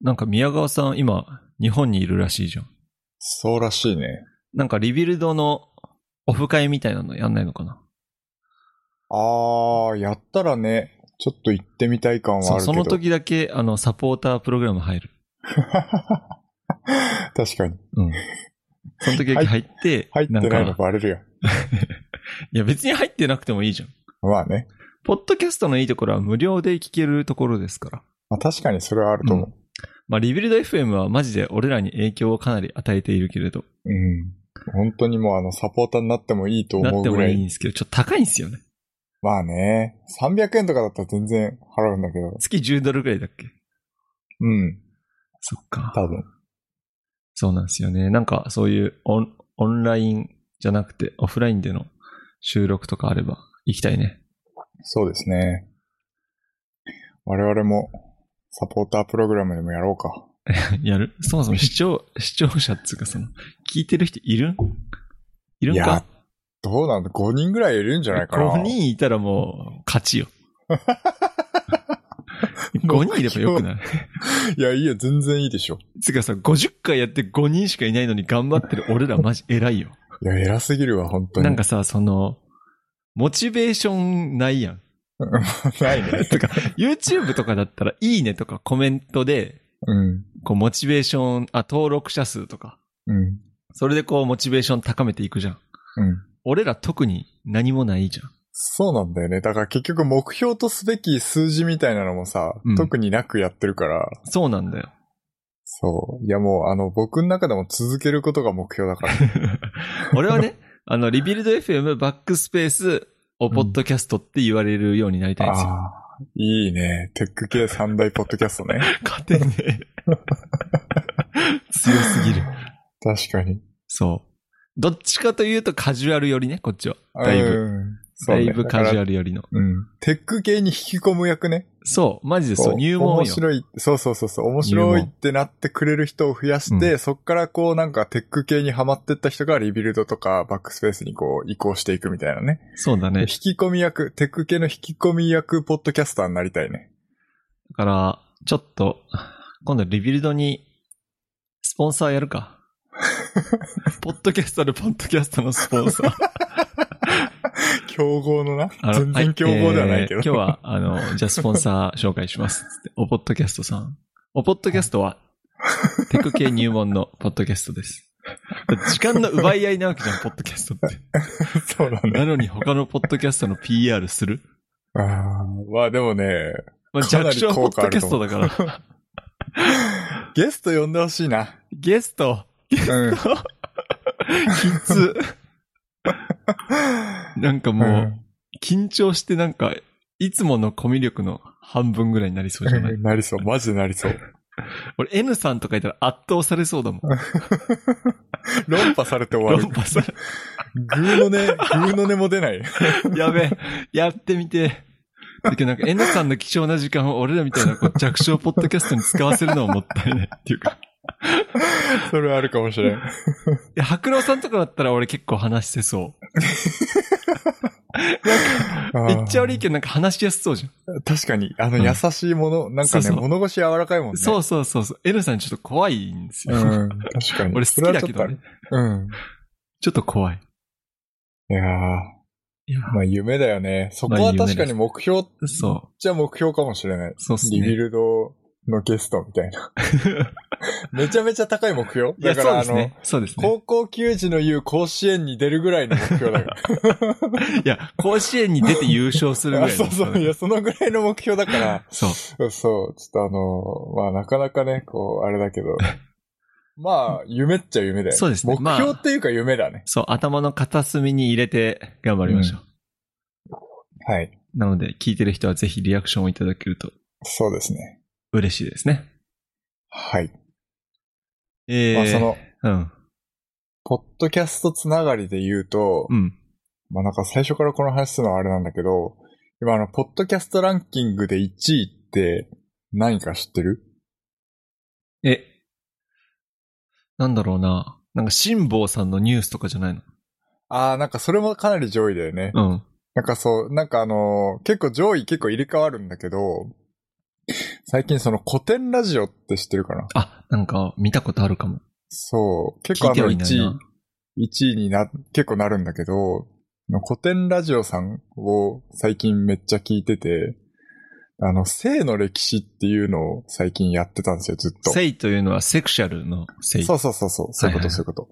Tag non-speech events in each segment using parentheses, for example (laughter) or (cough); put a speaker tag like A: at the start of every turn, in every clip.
A: なんか宮川さん今、日本にいるらしいじゃん。
B: そうらしいね。
A: なんかリビルドのオフ会みたいなのやんないのかな
B: あー、やったらね、ちょっと行ってみたい感はあ
A: そう
B: るけ
A: そ
B: ど。
A: の時だけ、あの、サポータープログラム入る。
B: (laughs) 確かに。 (laughs)
A: うん。その時だけ入って、
B: 入ってない
A: な
B: の
A: んか、
B: バレるやん。
A: いや別に入ってなくてもいいじゃん。
B: まあね。
A: ポッドキャストのいいところは無料で聞けるところですから。
B: まあ確かにそれはあると思
A: まあ、リビルド FM はマジで俺らに影響をかなり与えているけれど、
B: う。うん。本当にもうあの、サポーターになってもいいと
A: な
B: 思
A: っ
B: う
A: て
B: ぐ
A: も
B: ら
A: いいん
B: い。
A: ですけど、ちょっと高いんですよね。
B: まあね。300円とかだったら全然払うんだけど。
A: 月10ドルくらいだっけ
B: うん。
A: そっか。
B: 多分。
A: そうなんですよね。なんかそういうオンオンラインじゃなくてオフラインでの収録とかあれば行きたいね。
B: そうですね。我々も、サポータープログラムでもやろうか。
A: やるそもそも視聴、視聴者っていうかその、聞いてる人いるんいるん
B: いや
A: か
B: どうなんだ ?5 人ぐらいいるんじゃないかな。
A: 5人いたらもう勝ちよ。5人いればよくない
B: いや、いいよ。全然いいでしょ。
A: つうかさ、50回やって5人しかいないのに頑張ってる俺らマジ偉いよ。
B: いや、偉すぎるわ、本当に。
A: なんかさ、その、モチベーションないやん。
B: (laughs) ないね。
A: とか、YouTube とかだったら、いいねとかコメントで、
B: うん。
A: こう、モチベーション、あ、登録者数とか、
B: うん。
A: それでこう、モチベーション高めていくじゃん。
B: うん。
A: 俺ら特に何もないじゃん。
B: そうなんだよね。だから結局目標とすべき数字みたいなのもさ、
A: うん
B: 特になくやってるから、
A: そうなんだよ。
B: そう。いやもう、あの、僕の中でも続けることが目標
A: (laughs)
B: だから。
A: 俺は
B: (laughs)
A: ね、あの、リビルド FM バックスペース、おポッドキャストって言われるようになりたいんですよ。
B: ああ、いいね。テック系三大ポッドキャ
A: (laughs)
B: ストね。
A: 勝てね
B: (laughs)
A: え。強すぎる。
B: 確かに。
A: そう。どっちかというとカジュアルよりね、こっちは。だいぶ。
B: うん。そう
A: だ
B: ね
A: いぶカジュア
B: ル。
A: ルよりの。
B: うん。テック系に引き込む役ね。
A: そう、マジでそう、
B: こ
A: 入門
B: 面
A: よ。
B: 白い。そうそうそうそう。面白
A: 入
B: いっ
A: 門
B: てなってくれる人を増やして、そっからこうなんかテック系にハマってった人がリビルドとかバックスペースにこう移行していくみたいなね。
A: そうだね。
B: 引き込み役、テック系の引き込み役、ポッドキャスターになりたいね。
A: だから、ちょっと、今度リビルドに、スポンサーやる
B: (laughs)
A: か。ポッドキャストでポッドキャストのスポンサー。
B: 競合のな。
A: あの
B: 全然競合ではないけど。
A: えー今日は、あの、じゃあスポンサー紹介します。つっておポッドキャストさん。おポッドキャストは、テク系入門のポッドキャストです。時間の奪い合いなわけじゃん、ポッドキャストって。
B: (laughs) そうだね。
A: なのに他のポッドキャストの PR する。
B: あーまあでもね、
A: まあ、
B: かな
A: 弱
B: り
A: 小ポッ
B: 効果あ
A: ドキャ
B: る
A: ス
B: と
A: ト
B: 思
A: だから。
B: ゲスト呼んでほしいな。
A: ゲスト、
B: うん。
A: キッズ、なんかもう、緊張してなんか、いつものコミュ力の半分ぐらいになりそうじゃな
B: う
A: い
B: ん (laughs) なりそう。マジでなりそう。
A: 俺 N さんとかいたら圧倒されそうだもん。
B: 論破されて終わ
A: 論
B: る。 (laughs)
A: 破され、
B: グーの音、グーの音も出ない。
A: やべえ、やってみてえ。だけどなんか N さんの貴重な時間を俺らみたいなこう弱小ポッドキャストに使わせるのはもったいないっていう
B: (laughs)
A: か。
B: それはあるかもしれん。
A: いや、白郎さんとかだったら俺結構話せそう。言っちゃ悪い
B: あ
A: けどなんか話しやすそうじゃん。
B: ー確かに、あの、
A: うん
B: 優しいもの、なん
A: そ
B: か
A: う
B: ね、
A: そう
B: 物腰柔らかいもんね。
A: そうそうそうそう。N さんちょっと怖いんですよ。 (laughs)
B: うん。確かに。
A: 俺好きだけ
B: それ
A: ど
B: はちょっ
A: ね。
B: とある。うん。
A: ちょっと怖い。
B: いやー
A: いや、
B: まあ夢だよね。そこ
A: まあ
B: は
A: 夢です
B: 確かに目標っ
A: そ
B: ちゃ目標かもしれない。
A: う。そうっす
B: リビ
A: ね。
B: ルドのゲストみた
A: (laughs)
B: いな。めちゃめちゃ高い目標
A: い
B: だ
A: や、
B: か
A: そう
B: ら、
A: で
B: あ
A: す
B: の、
A: ね。そうですね。
B: 高校球児の言う甲子園に出るぐらいの目
A: (laughs)
B: 標だか
A: いや、甲子園に出て優勝するぐら
B: ら。(laughs) あ
A: いの
B: そうそう。いや、そのぐらいの目標だから、
A: そう。
B: そう、ちょっとあの、まあなかなかね、こう、あれだ
A: (laughs)
B: けど。まあ、夢っちゃ夢だよね。
A: そうですね
B: 目標っていうか夢だね。
A: そう、頭の片隅に入れて頑張りましょう。
B: はい。
A: なので、聞いてる人はぜひリアクションをいただけると
B: そうですね。
A: 嬉しいですね。
B: はい。
A: えー、
B: まあその、
A: うん。
B: ポッドキャストつながりで言うと、
A: うん。
B: まあなんか最初からこの話するのはあれなんだけど、今あの、ポッドキャストランキングで1位って何か知ってる
A: え、なんだろうな。なんか、辛坊さんのニュースとかじゃないの
B: ああ、なんかそれもかなり上位だよね。
A: うん。
B: なんかそう、なんかあのー結構上位結構入れ替わるんだけど、最近その古典ラジオって知ってるかな
A: あ、なんか見たことあるかも。
B: そう。結
A: 聞
B: 構
A: い
B: あ
A: て
B: の
A: はいない
B: 1
A: な
B: 位、。1位にな、結構なるんだけど、古典ラジオさんを最近めっちゃ聞いてて、あの、性の歴史っていうのを最近やってたんですよ、ずっと。
A: 性というのはセクシャルの性。
B: そうそうそうそう、そういうこ
A: はいはい
B: と、そういうこと。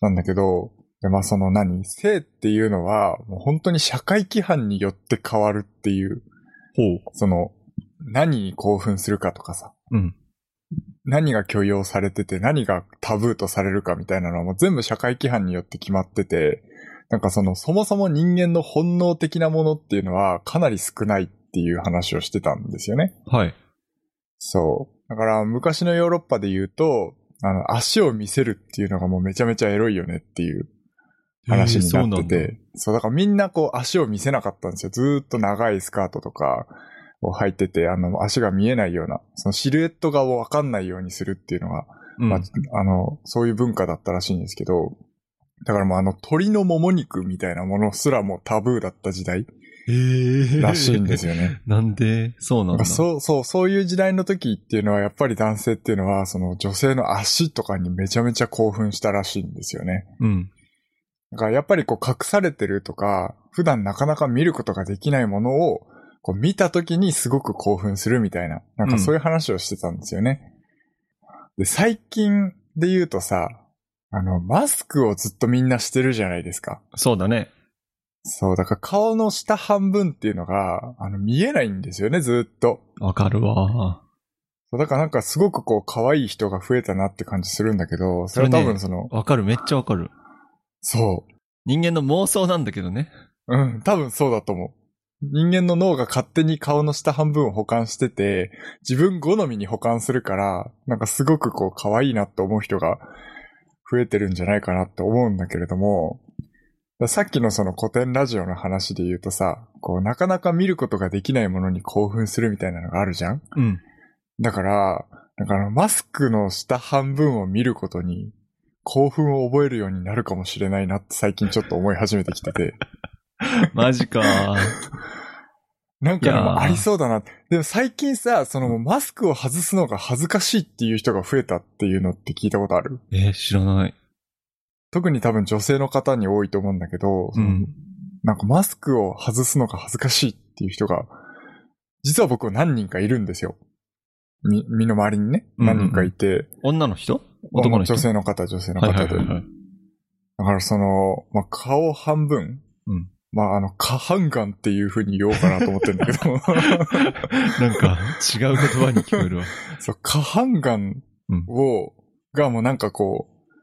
B: なんだけど、でまあその何性っていうのは、もう本当に社会規範によって変わるっていう、
A: ほ
B: その、何に興奮するかとかさ、
A: う。うん。
B: 何が許容されてて何がタブーとされるかみたいなのはもう全部社会規範によって決まってて、なんかそのそもそも人間の本能的なものっていうのはかなり少ないっていう話をしてたんですよね。
A: はい。
B: そう。だから昔のヨーロッパで言うと、あの、足を見せるっていうのがもうめちゃめちゃエロいよねっていう
A: え
B: 話になってて、
A: ーそうなんだ
B: そう、だからみんなこう足を見せなかったんですよ。ずーっと長いスカートとかを履いてて、あの、足が見えないような、そのシルエットがわかんないようにするっていうのが、
A: うん。
B: まあ、あの、そういう文化だったらしいんですけど、だからもうあの鳥のもも肉みたいなものすらもタブーだった時代
A: えー
B: らしいんですよね。
A: なんで、そうなんだ。
B: そう、そう、そういう時代の時っていうのは、やっぱり男性っていうのは、その女性の足とかにめちゃめちゃ興奮したらしいんですよね。
A: うん。
B: だからやっぱりこう隠されてるとか、普段なかなか見ることができないものを、こう見た時にすごく興奮するみたいな、なんかそういう話をしてたんですよね。で、最近で言うとさ、あの、マスクをずっとみんなしてるじゃないですか。
A: そうだね。
B: そう、だから顔の下半分っていうのが、あの、見えないんですよね、ずっと。
A: わかるわ。
B: そうだからなんかすごくこう可愛い人が増えたなって感じするんだけど、それは多分その、
A: わかる、めっちゃわかる。
B: そ
A: 人間の妄想なんだけどね。
B: う。うん、多分そうだと思う。人間の脳が勝手に顔の下半分を保管してて、自分好みに保管するから、なんかすごくこう可愛いなって思う人が増えてるんじゃないかなって思うんだけれども、ださっきのその古典ラジオの話で言うとさ、こうなかなか見ることができないものに興奮するみたいなのがあるじゃん
A: うん。
B: だから、なんかあの、マスクの下半分を見ることに、興奮を覚えるようになるかもしれないなって最近ちょっと思い始めて
A: (laughs)
B: きてて。
A: (laughs) マジ (laughs) か。
B: なん
A: い
B: か
A: や
B: ね
A: ー
B: ありそうだなって。でも最近さ、そのもうマスクを外すのが恥ずかしいっていう人が増えたっていうのって聞いたことある
A: えー知らない。
B: 特に多分女性の方に多いと思うんだけど、
A: う
B: その
A: ん。
B: なんかマスクを外すのが恥ずかしいっていう人が、実は僕何人かいるんですよ。み、身の回りにね、何人かいて、
A: 女の人男の人
B: 女性の方、女性の
A: はいは
B: 方
A: い
B: で
A: は。い (laughs) はい。
B: だからその、まあ、顔半分。
A: うん
B: まあ、あの、下半眼っていう風に言おうかなと思ってるんだけ
A: (laughs)
B: ど。
A: なんか、違う言葉に聞こえるわ。
B: そう、下半眼を、がもうなんかこう、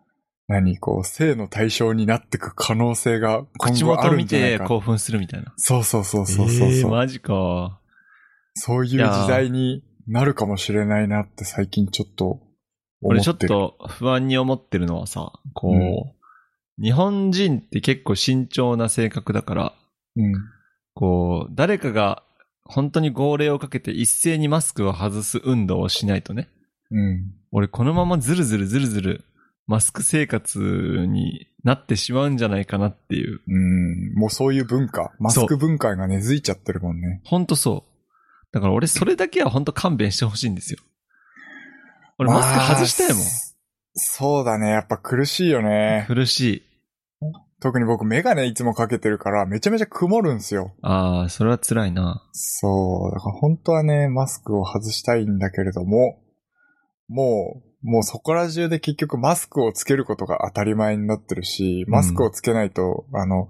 B: 何、こう、性の対象になってく可能性が (laughs) 今
A: 口
B: 後あ
A: 元
B: るん
A: 見
B: じゃない
A: て
B: か。
A: 興奮するみたいな。
B: そうそうそうそうそう
A: えー
B: そう、
A: マジか。
B: そういう時代になるかもしれないなって最近ちょっと思
A: 俺
B: っ
A: ちょって
B: る。
A: と不安に思ってるのはさ、こう、
B: う
A: 日本人って結構慎重な性格だから、
B: うん。
A: こう、誰かが本当に号令をかけて一斉にマスクを外す運動をしないとね、
B: うん。
A: 俺このままずるずるずるずるマスク生活になってしまうんじゃないかなっていう。
B: うん。もうそういう文化、マスク文化が根付いちゃってるもんね。
A: ほんとそう。だから俺それだけは本当勘弁してほしいんですよ。俺マスク外したいも
B: まあそうだね。やっぱ苦しいよ
A: ん。
B: ね。
A: 苦しい。
B: 特に僕メガネいつもかけてるからめちゃめちゃ曇るんすよ。
A: ああ、それは辛いな。
B: そう。だから本当はね、マスクを外したいんだけれども、もう、もうそこら中で結局マスクをつけることが当たり前になってるし、マスクをつけないと、あの、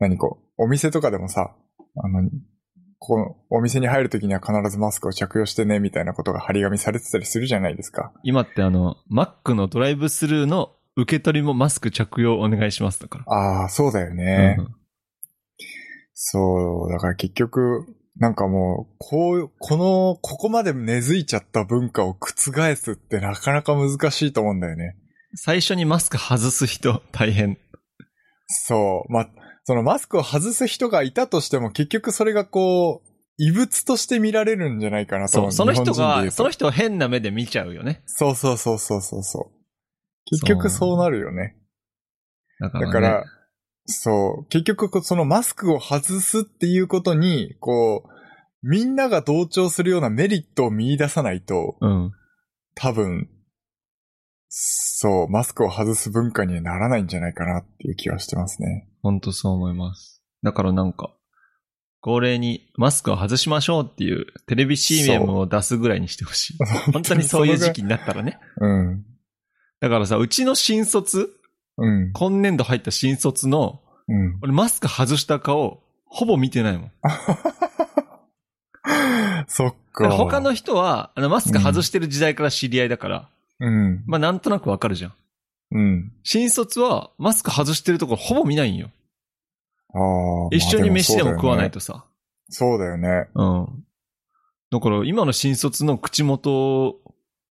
B: 何こう、お店とかでもさ、あの、このお店に入るときには必ずマスクを着用してね、みたいなことが張り紙されてたりするじゃないですか。
A: 今ってあの、Mac のドライブスルーの受け取りもマスク着用お願いしますだから。
B: ああ、そうだよね。
A: うん
B: そう、だから結局、なんかもう、こう、この、ここまで根付いちゃった文化を覆すってなかなか難しいと思うんだよね。
A: 最初にマスク外す人大変。
B: そう、ま、そのマスクを外す人がいたとしても結局それがこう、異物として見られるんじゃないかなと
A: そ
B: 思う。
A: う、その人
B: 日本人で言
A: が、
B: うと
A: その人を変な目で見ちゃうよね。
B: そうそうそうそうそうそう。結局そうなるよね。
A: だから、
B: だ
A: ね。
B: から、そう、結局こうそのマスクを外すっていうことに、こう、みんなが同調するようなメリットを見出さないと、
A: うん。
B: 多分、そう、マスクを外す文化にはならないんじゃないかなっていう気はしてますね。
A: ほんとそう思います。だからなんか、恒例にマスクを外しましょうっていうテレビ CM を出すぐらいにしてほしい。本当にそういう時期になったらね。
B: うん。
A: だからさ、うちの新卒、
B: うん。
A: 今年度入った新卒の、
B: うん。 (gasps)
A: 俺マスク外した顔、ほぼ見てないもん。
B: そっ
A: だか
B: か。
A: ら他の人は、あの、マスク外してる時代から知り合いだから、
B: うん。
A: まあなんとなくわかるじゃん。
B: うん。
A: 新卒はマスク外してるところほぼ見ないんよ。
B: ああ。
A: 一緒に飯でも食わない
B: と。
A: とさ。
B: そうだよね。
A: うん。だから今の新卒の口元、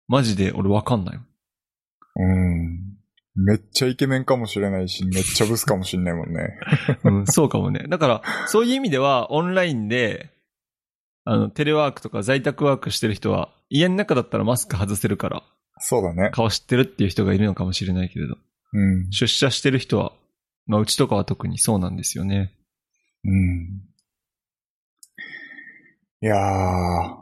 A: マジで俺わかんないもん。
B: うん。めっちゃイケメンかもしれないし、めっちゃブスかもしれないもんね。 (laughs)
A: うん、そうかもね。だから、そういう意味では、オンラインで、あの、テレワークとか在宅ワークしてる人は、家の中だったらマスク外せるから、
B: そうだね。
A: 顔知ってるっていう人がいるのかもしれないけれど、
B: うん。
A: 出社してる人は、まあ、うちとかは特にそうなんですよね。
B: うん。いやー、まあ、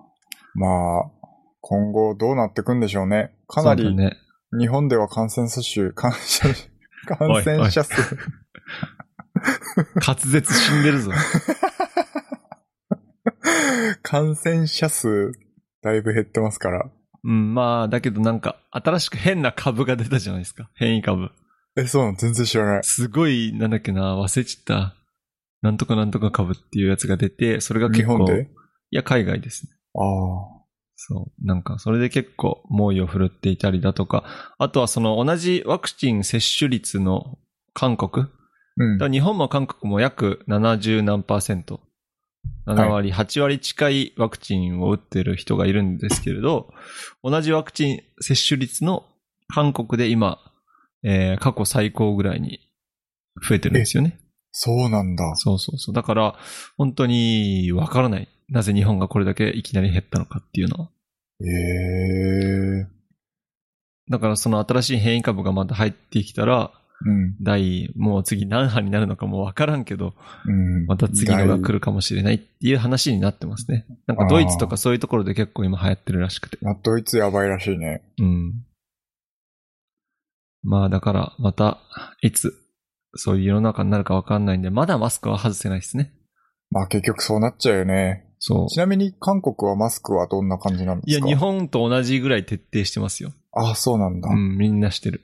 B: 今後どうなってくんでしょうね。かな
A: そう
B: り
A: だね。
B: 日本では感染者数、感染、
A: (laughs) おいお
B: 感
A: い
B: 染者数。
A: 滑舌死んでるぞ。
B: 感染者数、だいぶ減ってますから。
A: うん、まあ、だけどなんか、新しく変な株が出たじゃないですか。変異株。
B: え、そうなの全然知らない。
A: すごい、なんだっけな、忘れちった。なんとかなんとか株っていうやつが出て、それが
B: 日
A: 結
B: 本
A: 構、
B: で
A: いや、海外ですね。
B: ああ。
A: そう。なんか、それで結構猛威を振るっていたりだとか、あとはその同じワクチン接種率の韓国。
B: うん。
A: だから日本も韓国も約70何パーセント。7割、8割近いワクチンを打ってる人がいるんですけれど、同じワクチン接種率の韓国で今、えー過去最高ぐらいに増えてるんですよね。
B: そうなんだ。
A: そうそうそう。だから、本当にわからない。なぜ日本がこれだけいきなり減ったのかっていうのは。
B: ええー。
A: だからその新しい変異株がまた入ってきたら、
B: うん。
A: 第、もう次何波になるのかもわからんけど、
B: うん。
A: また次のが
B: だい
A: 来るかもしれないっていう話になってますね。なんかドイツとかそういうところで結構今流行ってるらしくて。
B: まあドイツやばいらしいね。
A: うん。まあだから、また、いつ、そういう世の中になるかわかんないんで、まだマスクは外せないですね。
B: まあ結局そうなっちゃうよね。
A: そう。
B: ちなみに韓国はマスクはどんな感じなんで
A: い
B: す
A: や、
B: か
A: 日。本と同じぐらい徹底してますよ。
B: ああ、そうなんだ。
A: うん、みんなしてる。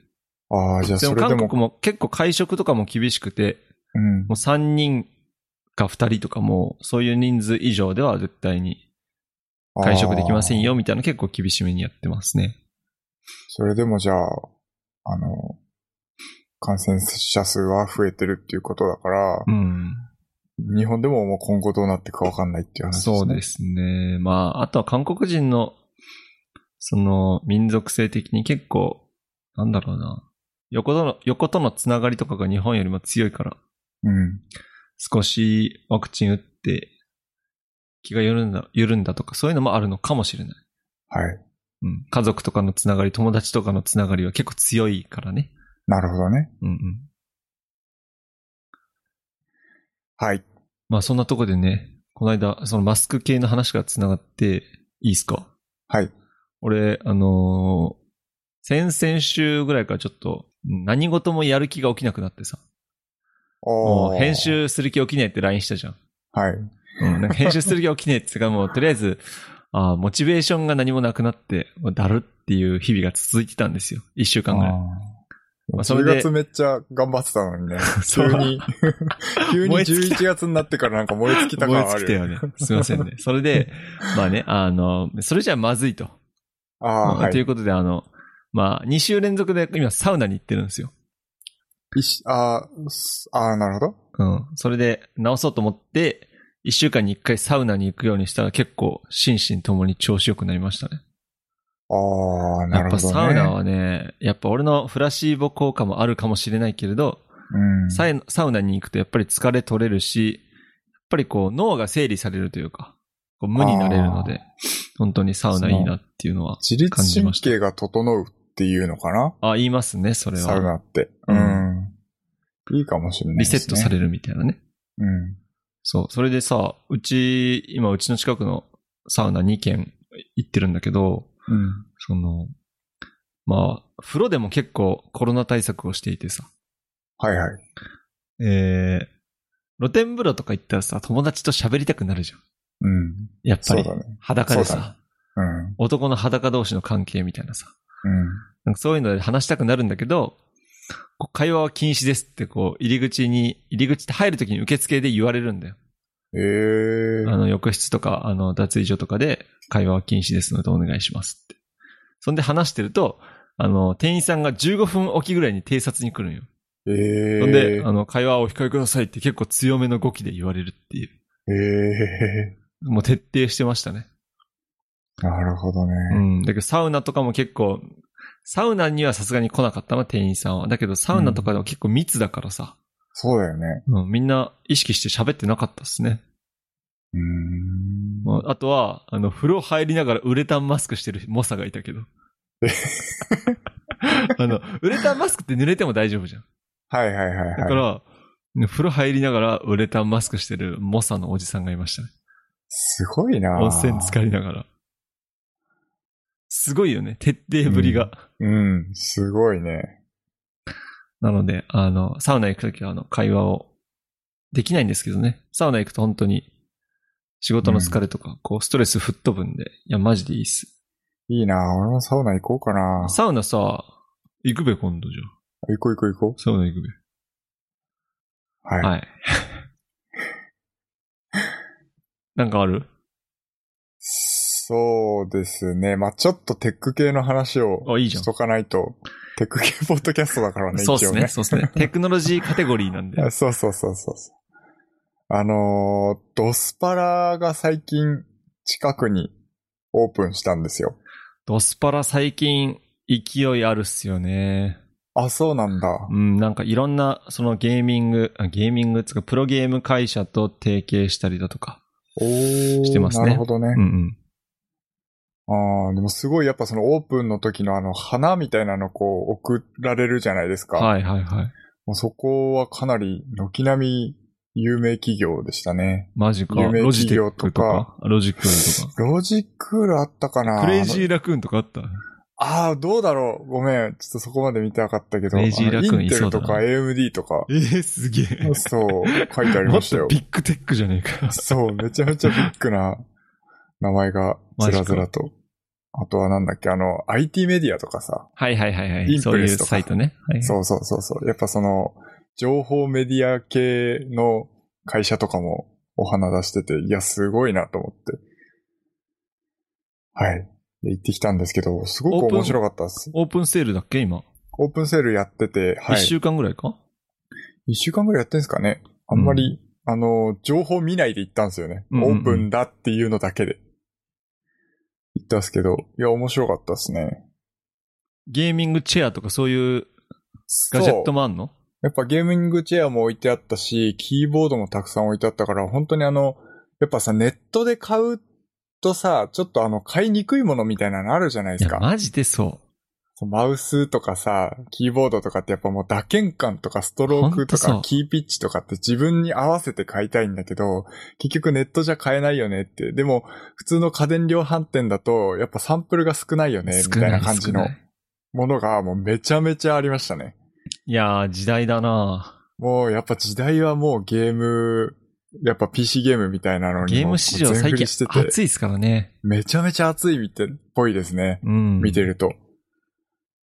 B: ああ、じゃあ
A: で
B: そ
A: も
B: れで
A: 韓
B: も。
A: 国も結構会食とかも厳しくて、
B: うん
A: もう3人か2人とかもう、そういう人数以上では絶対に会食できません。
B: ああ
A: よみたいな結構厳しめにやってますね。
B: それでもじゃあ、あの、感染者数は増えてるっていうことだから
A: う、ん。
B: 日本でももう今後どうなっていくかわかんないっていう話ですね。。
A: そうですすね。まあ、あとは韓国人の、その、民族性的に結構、なんだろうな。横との、横とのつながりとかが日本よりも強いから、
B: うん。
A: 少しワクチン打って、気が緩んだ、緩んだとか、そういうのもあるのかもしれない。
B: はい。
A: うん。家族とかのつながり、友達とかのつながりは結構強いからね。
B: なるほどね。
A: うんうん。
B: はい。
A: まあそんなとこでね、この間、そのマスク系の話が繋がって、いいっすか
B: はい。
A: 俺、あのー先々週ぐらいからちょっと、うん何事もやる気が起きなくなってさ。
B: お
A: も
B: ー
A: う編。集する気起きねえって LINE したじゃん。
B: はい。
A: うん、なんか編集する気起きねえっていうか、もうとりあえず、あーモチベーションが何もなくなって、もうだるっていう日々が続いてたんですよ。一週間ぐらい。
B: あー
A: まあそれで
B: 10月めっちゃ頑張ってたのにね。
A: (laughs) そ
B: 急
A: う
B: に、急に
A: 燃え尽き
B: 11月になってからなんか燃え尽きた
A: 燃え
B: 感あ
A: 尽き
B: る
A: た
B: よ
A: よね。すいませ
B: (laughs)
A: んね。それで、まあね、あの、それじゃまずいと。
B: ああ、は
A: とい
B: い。
A: うことで、あの、まあ、2週連続で今サウナに行ってるんですよ。
B: いしあーすあー、なるほど。
A: うん。それで直そうと思って、1週間に1回サウナに行くようにしたら結構心身ともに調子良くなりましたね。
B: ああ、な
A: や
B: る
A: っ
B: ほ
A: ぱ
B: ど、ね。
A: サウナはね、やっぱ俺のフラシーボ効果もあるかもしれないけれど、
B: うん。
A: サイサウナに行くとやっぱり疲れ取れるし、やっぱりこう脳が整理されるというか、こう無になれるので、本当にサウナいいなっていうのは。
B: 自律
A: 感じま
B: 神
A: した
B: 経が整うっていうのかな
A: あ、言いますね、それ
B: サウ
A: は。
B: ナって。
A: う
B: うんん。いいかもしれな
A: リ
B: いで
A: セ
B: すね。
A: ットされるみたいなね。
B: うん。
A: そう。それでさ、うち、今うちの近くのサウナ2軒行ってるんだけど、
B: うん。
A: その、まあ、風呂でも結構コロナ対策をしていてさ、
B: はいはい。
A: えー、露天風呂とか行ったらさ、友達と喋りたくなるじゃん。
B: うん。
A: やっぱ
B: そう
A: り
B: だ、ね。
A: 裸で
B: そう
A: さ、
B: うん。
A: 男の裸同士の関係みたいなさ、
B: うん。
A: なんかそういうので話したくなるんだけど、こう会話は禁止ですってこう、入り口に、入り口って入るときに受付で言われるんだよ。
B: ええ
A: あの、浴室とか、あの、脱衣所とかで会話は禁止ですのでお願いしますって。そんで話してると、あの、店員さんが15分おきぐらいに偵察に来るんよ。
B: ええ
A: そんで、あの、会話をお控えくださいって結構強めの語気で言われるっていう。
B: ええ
A: もう徹底してましたね。
B: なるほどね。
A: うん。だけどサウナとかも結構、サウナにはさすがに来なかったな、店員さんは。だけどサウナとかでも結構密だからさ。
B: そうだよね。
A: うん、みんな意識して喋ってなかったっすね。
B: うーん。
A: まあ、あとは、あの、風呂入りながらウレタンマスクしてる猛者がいた
B: (laughs)
A: けど。あの、ウレタンマスクって濡れても大丈夫じゃん。
B: はいはいはいはい。
A: だから、風呂入りながらウレタンマスクしてる猛者のおじさんがいましたね。
B: すごいな
A: 温泉浸か
B: い。
A: りながら。すごいよね、徹底ぶりが。
B: うん、すごいね。
A: なので、あの、サウナ行くときは、あの、会話をできないんですけどね。サウナ行くと本当に、仕事の疲れとか、こう、ストレス吹っ飛ぶんで、いや、マジでいいっす。
B: いいな俺もサウナ行こうかな
A: サウナさ、行くべ、今度じゃあ。
B: 行こう行こう行こ
A: サウナ行くべ。
B: う。はい。
A: はい。 (laughs) なんかある
B: そうですね。まあちょっとテック系の話を
A: あいいじゃん
B: しとかないと。テック系ポッドキャストだからね、
A: そうっす
B: 一応
A: ね、そうっすね。テクノロジーカテゴリーなんで。
B: (laughs) あそうそうそうそうそう。あのードスパラが最近近くにオープンしたんですよ。
A: ドスパラ最近、勢いあるっすよね。
B: あ、そうなんだ。
A: うん、なんかいろんな、そのゲーミング、あゲーミングっつうか、プロゲーム会社と提携したりだとか。
B: おー
A: してますね
B: なるほどね。
A: うんうん。
B: ああ、でもすごいやっぱそのオープンの時のあの花みたいなのこう送られるじゃないですか。
A: はいはいはい。
B: もうそこはかなり軒並み有名企業でしたね。
A: マジか。
B: 有名
A: ロジテック
B: 企業と
A: と
B: か
A: か、ロジックールと
B: ロジクールあったかな
A: か。クレイジーラクーンとかあった
B: ああ、どうだろうごめん。ちょっとそこまで見てなかったけ
A: ク
B: ど。
A: レイジーラクーン
B: あのインテルとか
A: い
B: AMD とか。
A: えー、すげえ。
B: そう、書いてあり
A: も
B: ま
A: っ
B: した
A: と
B: よ。
A: ビッグテックじゃねえか。
B: そう、めちゃめちゃビッグな名前がずらずらと。あとはなんだっけ、あの、IT メディアとかさ。
A: はいはいはいは
B: イ
A: い。
B: ンプ
A: そうい
B: レ
A: う
B: スとか
A: サイトね。はい、
B: そうそうそうそう。やっぱその、情報メディア系の会社とかもお花出してて、いや、すごいなと思って。はい。で行ってきたたんですけど、すごく面白かったです。
A: オープンセールだっけ今。
B: オープンセールやってて、
A: 一、
B: はい。
A: 週間ぐらいか
B: 一週間ぐらいやってんすかね。あんまり、あの、情報見ないで行ったんですよね。
A: うんうんうん
B: オープンだっていうのだけで。行ったんですけど、いや、面白かったですね。
A: ゲーミングチェアとかそういうガジェット
B: そう
A: もあんの
B: やっぱゲーミングチェアも置いてあったし、キーボードもたくさん置いてあったから、本当にあの、やっぱさ、ネットで買うとさ、ちょっとあの、買いにくいものみたいなのあるじゃない
A: い
B: です
A: や、
B: か。
A: マジでそ
B: そうマウスとかさ、キーボードとかってやっぱもう打鍵感とかストロークと
A: ほんとそ
B: か
A: う
B: キーピッチとかって自分に合わせて買いたいんだけど、結局ネットじゃ買えないよねって。でも、普通の家電量販店だと、やっぱサンプルが少ないよ
A: う。
B: ね、み
A: 少
B: たい
A: な
B: ない感
A: 少
B: じ
A: な
B: の
A: い。
B: ものがもうめちゃめちゃありましたね。
A: いやー、時代だな
B: もうやっぱ時代はもうゲーム、やっぱ PC ゲームみたいなのにも
A: ゲーム市場最
B: 全振り
A: 近
B: してて、
A: 暑いですからね。
B: めちゃめちゃ熱いみたいっぽいですね。
A: うん。
B: 見てると。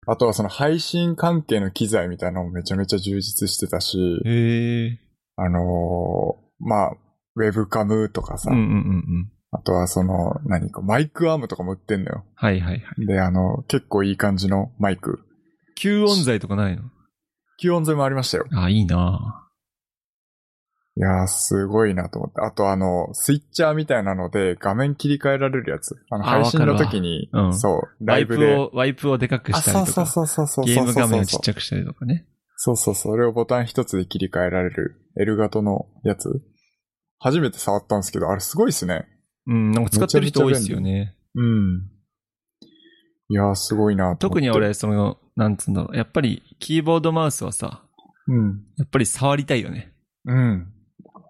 B: あとはその配信関係の機材みたいなのもめちゃめちゃ充実してたし、
A: へえ。
B: あのーまあ、ウェブカムとかさ、
A: うんうんうんうん。
B: あとはその、何かマイクアームとかも売ってんのよ。
A: はいはいはい。
B: で、あの、結構いい感じのマイク。
A: 吸音材とかないの
B: 吸音材もありましたよ。
A: あ、いいない
B: やー、すごいなと思って。あと、あの、スイッチャーみたいなので、画面切り替えられるやつ。あの、
A: あー
B: 配信の時に、
A: わかるわうん
B: そう、
A: ワ
B: ライ
A: イ
B: ブ
A: プ
B: で。
A: を、ワイプをでかく
B: あ、
A: した
B: そう
A: りと
B: そう
A: か、
B: そうそうそうそうそう。
A: ゲーム画面をちっちゃくしたりとかね。
B: そうそうそう。それをボタン一つで切り替えられる、L 型のやつ。初めて触ったんですけど、あれすごいっすね。
A: うん、なんか使ってる人多いですよね。
B: うん。いやー、すごいなと思
A: 特
B: って。
A: に、俺、その、なんつうんだろう。やっぱり、キーボードマウスはさ、
B: うん。
A: やっぱり触りたいよね。
B: うん。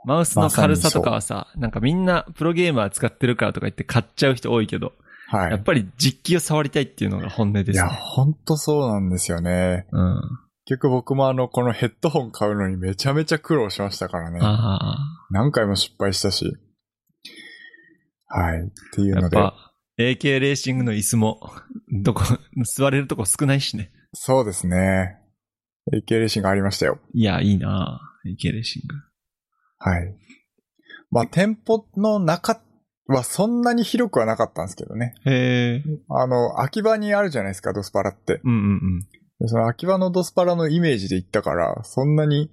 A: マウスの軽さとかはさ、なんかみんなプロゲーマー使ってるからとか言って買っちゃう人多いけど、
B: はい。
A: やっぱり実機を触りたいっていうのが本音で
B: い
A: す
B: や、
A: ね。
B: ほんとそうなんですよね。
A: うん。あ
B: 結局僕もあの、このヘッドホン買うのにめちゃめちゃ苦労しましたからね。
A: あ
B: 何回も失敗したし。はい。っていう
A: ー。や
B: の
A: っ
B: で。
A: ぱ、AK レーシングの椅子も、どこ、座れるとこ少ないしね。
B: そうですね。AK レーシングありましたよ。
A: いや、いいなぁ AK レーシング。
B: はい。まあ、店舗の中はそんなに広くはなかったんですけどね。
A: へえ。
B: あの、秋葉にあるじゃないですか、ドスパラって。
A: うんうんうん。
B: でその秋葉のドスパラのイメージで行ったから、そんなに、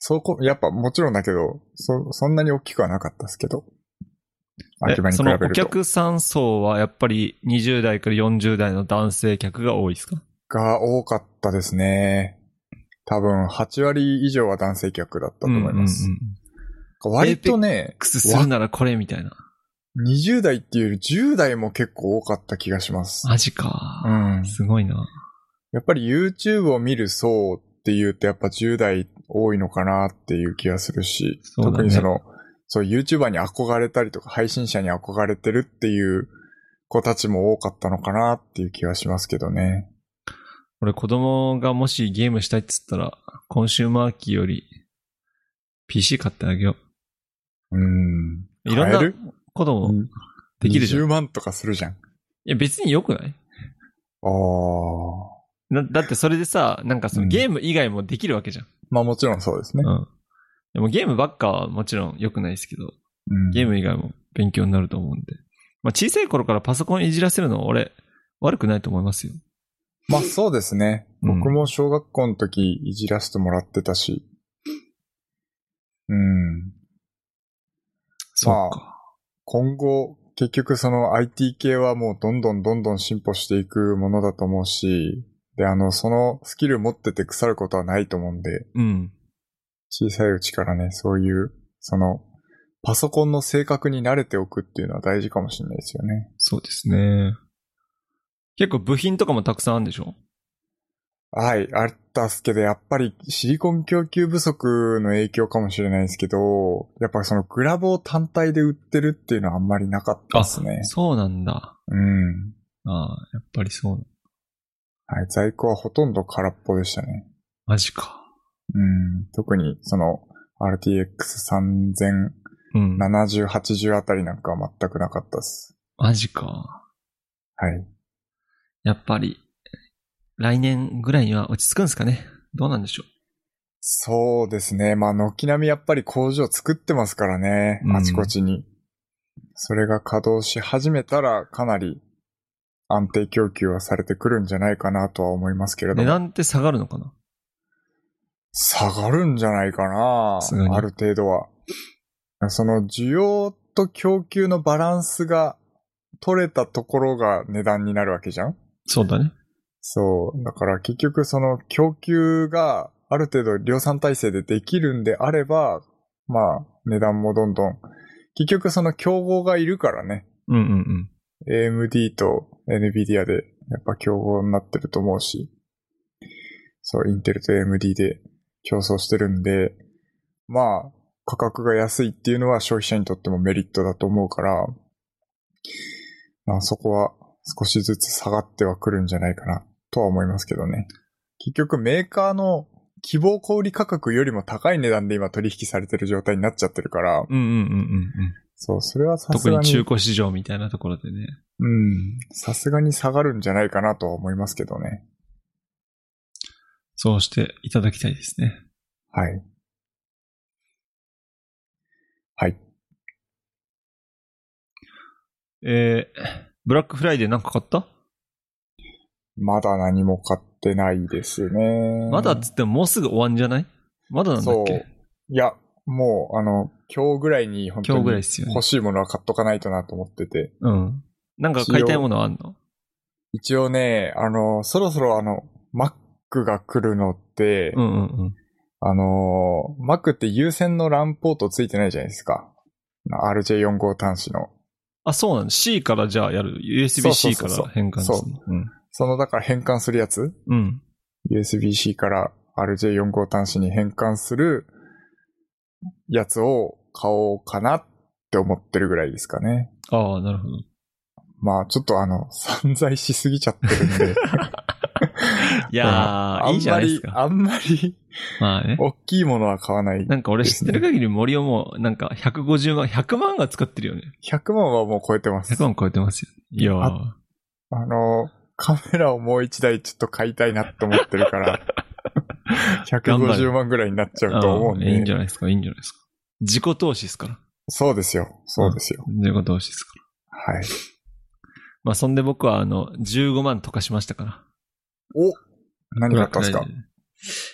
B: そこ、やっぱもちろんだけど、そ、そんなに大きくはなかったですけど。
A: え
B: 秋葉に比
A: そ
B: べ
A: の
B: る
A: お
B: と。
A: 客さん層はやっぱり20代から40代の男性客が多いですか
B: が多かったですね。多分、8割以上は男性客だったと思います。
A: うんうんうん
B: 割とね、
A: クスするならこれみたいな。
B: 20代っていうより10代も結構多かった気がします。
A: マジ
B: う
A: か。
B: ん。
A: すごいな。
B: やっぱり YouTube を見る層っていうとやっぱ10代多いのかなっていう気がするし、
A: そうだね
B: 特にその、そう YouTuber に憧れたりとか配信者に憧れてるっていう子たちも多かったのかなっていう気がしますけどね。
A: 俺子供がもしゲームしたいっつったら、コンシューマー機より PC 買ってあげよ
B: うん。
A: う。いろんな
B: 買える
A: ことも
B: うん
A: できるじゃん。い
B: 20万とかするじゃん。
A: や別に良くない
B: ああ。
A: だだってそれでさ、なんかそうの
B: ん
A: ゲーム以外もできるわけじゃん。
B: まあもちろんそうですね。
A: うん。でもゲームばっかはもちろん良くないですけど、
B: うん
A: ゲーム以外も勉強になると思うんで。まあ小さい頃からパソコンいじらせるのは俺、悪くないと思いますよ。
B: まあそうですね。
A: うん
B: 僕も小学校の時いじらせてもらってたし。うん。
A: そうか。
B: 今後、結局その IT 系はもうどんどんどんどん進歩していくものだと思うし、で、あの、そのスキル持ってて腐ることはないと思うんで、
A: うん。
B: 小さいうちからね、そういう、その、パソコンの性格に慣れておくっていうのは大事かもしれないですよね。
A: そうですね。結構部品とかもたくさんあるんでしょ
B: はい、あったっすけど、やっぱりシリコン供給不足の影響かもしれないですけど、やっぱりそのグラボを単体で売ってるっていうのはあんまりなかったですね。
A: そうなんだ。
B: うん。
A: ああ、やっぱりそうなんだ。
B: はい、在庫はほとんど空っぽでしたね。
A: マジか。
B: うん。特にその RTX3070、
A: うん。
B: 80あたりなんかは全くなかったっす。
A: マジか。
B: はい。
A: やっぱり、来年ぐらいには落ち着くんですかね。どうなんでしょ
B: そうですね。まあ、軒並みやっぱり工場作ってますからね
A: う。ん
B: あちこちに。それが稼働し始めたらかなり安定供給はされてくるんじゃないかなとは思いますけれ
A: う。
B: ど
A: 値
B: も。
A: 段って下がるのかな
B: 下がるんじゃないかな
A: さすがに
B: ある程度は。その需要と供給のバランスが取れたところが値段になるわけじゃん
A: そうだね。
B: そう。だから結局その供給がある程度量産体制でできるんであれば、まあ値段もどんどん。結局その競合がいるからね。
A: うんうんうん。
B: AMD と NVIDIA でやっぱ競合になってると思うし。そう、インテルと AMD で競争してるんで、まあ価格が安いっていうのは消費者にとってもメリットだと思うから、まあそこは少しずつ下がってはくるんじゃないかなとは思いますけどね。結局メーカーの希望小売価格よりも高い値段で今取引されてる状態になっちゃってるから、
A: うんうんうんうんうん。
B: そう、それはさす
A: 特
B: が
A: に
B: に。
A: 中古市場みたいなところでね。
B: うん。さすがに下がるんじゃないかなとは思いますけどね。
A: そうしていただきたいですね。
B: はい。はい。
A: えー、ブラックフライデーなんか買った
B: まだ何も買ってないですね。
A: まだっつってももうすぐ終わんじゃないまだなんだっ
B: そう
A: け。
B: いや、もう、あの、今日ぐらいに本当
A: 今日ぐらい
B: に
A: ですよね
B: 欲。しいものは買っとかないとなと思ってて。
A: うん。なんか買いたいものはあんの
B: 一応ね、あの、そろそろあの、Mac が来るのって、
A: うんうんうん。
B: あの、Mac って有線の LAN ポートついてないじゃないですか。RJ45 端子の。
A: あ、そうなの ?C からじゃあやる。USB-C
B: そ
A: か
B: うそうそうそう
A: ら変換するの。うん。
B: その、だから変換するやつ
A: うん。
B: USB-C から RJ45 端子に変換するやつを買おうかなって思ってるぐらいですかね。
A: ああ、なるほど。
B: まあ、ちょっとあの、散財しすぎちゃってるん
A: (laughs)
B: で。
A: いやー、いいじゃないですか。
B: あんまり、あんま
A: まあ
B: り、 (laughs)
A: ね。
B: 大きいものは買わない。
A: なんか俺知ってる限り森をもう、なんか150万、100万が使ってるよね。
B: 100万はもう超えてます
A: 100。万超えてますよ。いやー。
B: あの、カメラをもう一台ちょっと買いたいなって思ってる
A: (laughs)
B: から、
A: 頑張れ
B: 150万ぐらいになっちゃうと思うん
A: あーいいんじ
B: で。
A: ゃないですか、いいんじゃないですか。自己投資ですから。
B: そうですよ。そうですよ。
A: 自己投資ですから。
B: はい。
A: まあ、そんで僕はあの、15万溶かしましたから。
B: お何があったんですか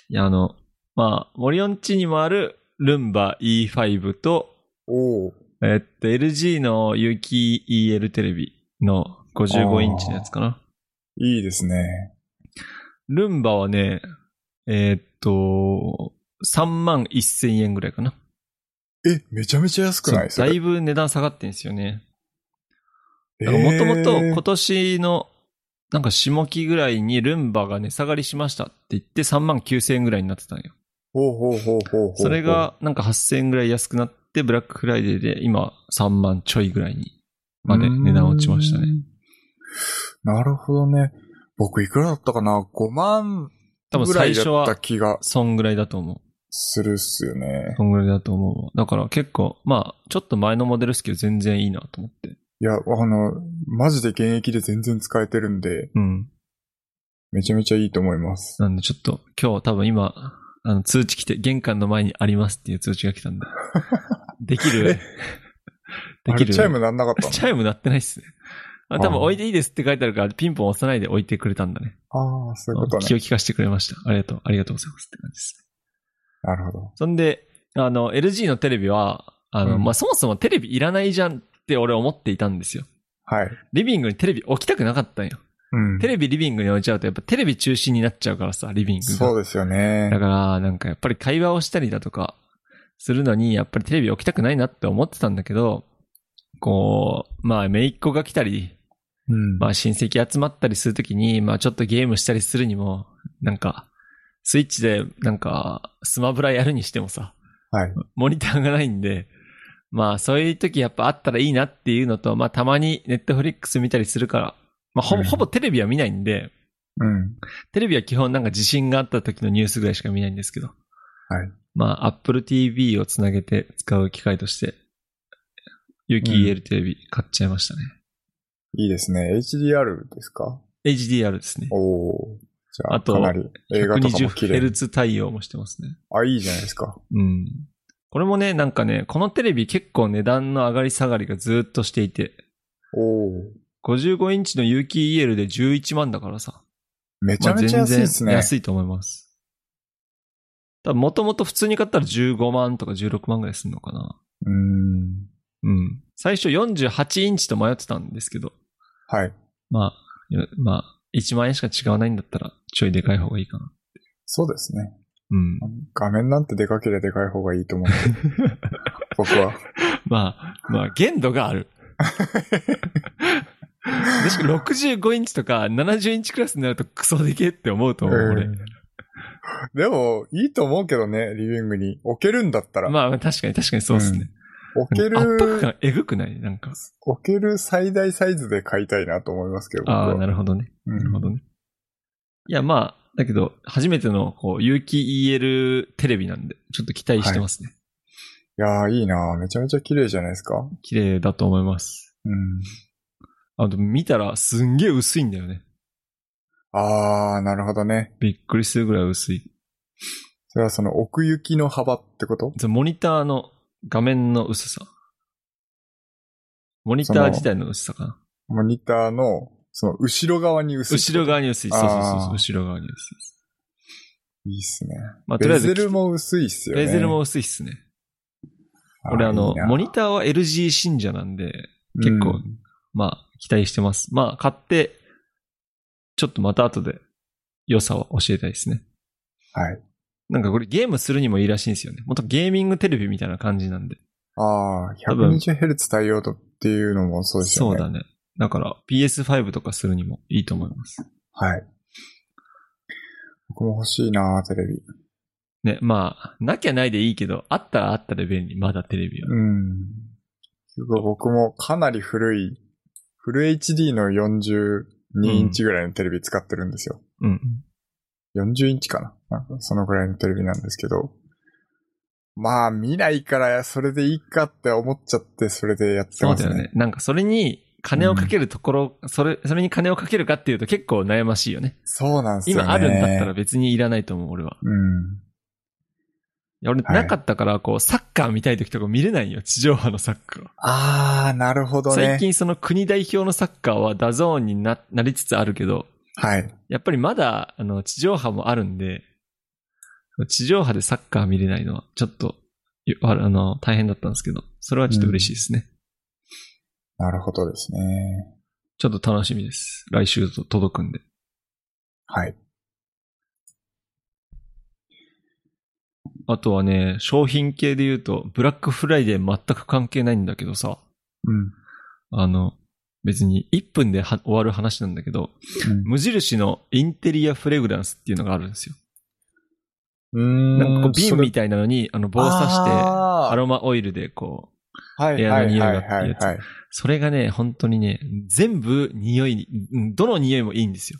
A: いや、あの、まあ、森ん家にもあるルンバ E5 と、
B: おお
A: えっと、LG の有機 EL テレビの55インチのやつかな。
B: いいですね。
A: ルンバはね、えっと、3万1000円ぐらいかな。
B: え、めちゃめちゃ安くない
A: そうだいぶ値段下がってんですよね。もともと今年のなんか下期ぐらいにルンバが値下がりしましたって言って3万9000円ぐらいになってたんよ。
B: ほうほうほうほうほう。
A: それ、がなんか8000円ぐらい安くなってブラックフライデーで今3万ちょいぐらいにまで値段落ちましたね。。
B: なるほどね。僕いくらだったかな ?5 万
A: 多分
B: ぐら
A: 最
B: いだ
A: 初
B: った
A: は
B: 気が
A: そんぐらいだと思う。
B: するっすよね。
A: そんぐらいだと思うわ。だから結構まあちょっと前のモデルですけど全然いいなと思って。
B: いや、あの、マジで現役で全然使えてるんで、
A: うん。
B: めちゃめちゃいいと思います。
A: なんでちょっと今日多分今あの通知来て玄関の前にありますっていう通知が来た
B: (laughs)
A: んで。でき (laughs) る。
B: あれ、チャイムなんなかった
A: (laughs)
B: の
A: チャイム鳴ってないっすね。あ多分
B: あー
A: 置いていいですって書いてあるから、ピンポン押さないで置いてくれたんだね。 (laughs)
B: ああ、そういうこと
A: 気を
B: ね。
A: 利かしてくれました。ありがとう、ありがとうございますって感じです。
B: なるほど。
A: そんで、あの、LG のテレビは、あの、
B: うん
A: まあ、そもそもテレビいらないじゃんって俺思っていたんですよ。
B: はい。
A: リビングにテレビ置きたくなかったんよ。
B: うん。
A: テレビリビングに置いちゃうと、やっぱテレビ中心になっちゃうからさ、リビングが。
B: そうですよね
A: だ。から、なんかやっぱり会話をしたりだとか、するのに、やっぱりテレビ置きたくないなって思ってたんだけど、こう、まあ、姪っ子が来たり、
B: うん。
A: まあ親戚集まったりするときに、まあちょっとゲームしたりするにも、なんか、スイッチでなんかスマブラやるにしてもさ、
B: はい。
A: モニターがないんで、まあそういう時やっぱあったらいいなっていうのと、まあたまにネットフリックス見たりするから、まあほぼ
B: うん
A: ほぼテレビは見ないんで、
B: うん。
A: テレビは基本なんか地震があった時のニュースぐらいしか見ないんですけど。
B: はい。
A: まあ Apple TV をつなげて使う機会として、有機 EL テレビ買っちゃいましたね。
B: いいですね。HDR ですか
A: HDR ですね。
B: おお。じゃあ、
A: あと
B: かなり映画とかも綺麗。
A: 120Hz 対応もしてますね。
B: あ、いいじゃないですか。
A: うん。これもね、なんかね、このテレビ結構値段の上がり下がりがずーっとしていて、
B: おお。
A: 55インチの有機 EL で11万だからさ。
B: めちゃめちゃ安いですね。
A: まあ全然安いと思います。多分もともと普通に買ったら15万とか16万ぐらいするのかな。
B: うーん。
A: うん。最初48インチと迷ってたんですけど、
B: はい。
A: まあ、よまあ、1万円しか違わないんだったら、ちょいでかい方がいいかな。
B: そうですね。
A: うん。
B: 画面なんてでかければでかい方がいいと思う。 (laughs) 僕は。
A: まあ、まあ、限度があ
B: (laughs)
A: る。確か65インチとか70インチクラスになるとクソでけえって思うと思う、俺。
B: うんでも、いいと思うけどね、リビングに。置けるんだったら。
A: まあ、確かに確かにそうですね。
B: 置け
A: 圧迫
B: る、
A: 感えぐくないなんか。
B: 置ける最大サイズで買いたいなと思いますけど、僕は
A: ああ、なるほどね。
B: うん
A: なるほどね。いや、まあ、だけど、初めての、こう、有機 EL テレビなんで、ちょっと期待してますね。
B: いやー、いいなーめちゃめちゃ綺麗じゃないですか。
A: 綺麗だと思います。
B: うん。
A: あと、見たらすんげえ薄いんだよね。
B: あー、なるほどね。
A: びっくりするぐらい薄い。
B: それはその奥行きの幅ってこと
A: そのモニターの画面の薄さ。モニター自体の薄さかな。
B: モニターの、その後ろ側に薄い。
A: 後ろ。側に薄い。そうそ
B: あ
A: う
B: ー
A: そうそう。後ろ側に薄いです。
B: いいっすね。
A: まあ、とりあ
B: ベ
A: えず、
B: ゼルも薄いっすよね。
A: ベゼルも薄いっすね。
B: ー、
A: 俺あの、モ
B: ニ
A: ニターは LG 信者なんで、結構まあ、期待してます。まあ、買って、ちょっとまた後で良さを教えたいですね。
B: はい。
A: なんかこれゲームするにもいいらしいんですよね。もっとゲーミングテレビみたいな感じなんで。
B: あ
A: 多
B: あ、
A: 分
B: 120Hz 対応とっていうのもそうですよね。
A: だね。だから PS5 とかするにもいいと思います。
B: はい。僕も欲しいなテレビ。
A: ね、まあ、なきゃないでいいけど、あったらあったで便利、まだテレビは。
B: うん。すごい僕もかなり古い、フル HD の42インチぐらいのテレビ使ってるんですよ。
A: うん。
B: 40インチかななんかそのぐらいのテレビなんですけど。まあ、見ないからそれでいいかって思っちゃって、それでやって
A: そう
B: ま
A: だ
B: す
A: よ
B: ね。
A: ね。なんかそれに金をかけるところ、それ、それに金をかけるかっていうと結構悩ましいよね。
B: そうなんですよね。
A: 今あるんだったら。別にいらないと思う、俺は。
B: うん。
A: いや、俺
B: はい
A: なかったから、こう、サッカー見たい時とか見れないよ、地上波のサッカー。
B: あー、なるほどね。
A: 最。近その国代表のサッカーはダゾーンにななりつつあるけど、
B: はい。
A: やっぱりまだ、あの、地上波もあるんで、地上波でサッカー見れないのは、ちょっと、よああの、大変だったんですけど、それはちょっと嬉しいですね。
B: なるほどですね。
A: ちょっと楽しみです。来週と届くんで。
B: はい。
A: あとはね、商品系で言うと、ブラックフライデー全く関係ないんだけどさ、
B: うん。
A: あの、別に1分では終わる話なんだけど、無印のインテリアフレグランスっていうのがあるんですよ。
B: うん。
A: なんかこう瓶み
B: た
A: たいなのに、あの棒刺して、
B: あー
A: アロマオイルでこう、
B: はい
A: エア
B: は
A: の
B: い
A: 匂いが
B: はい
A: って
B: はいいう
A: やつ
B: はい。
A: それがね、本当にね、全部匂いに、うんどの匂いもいいんですよ。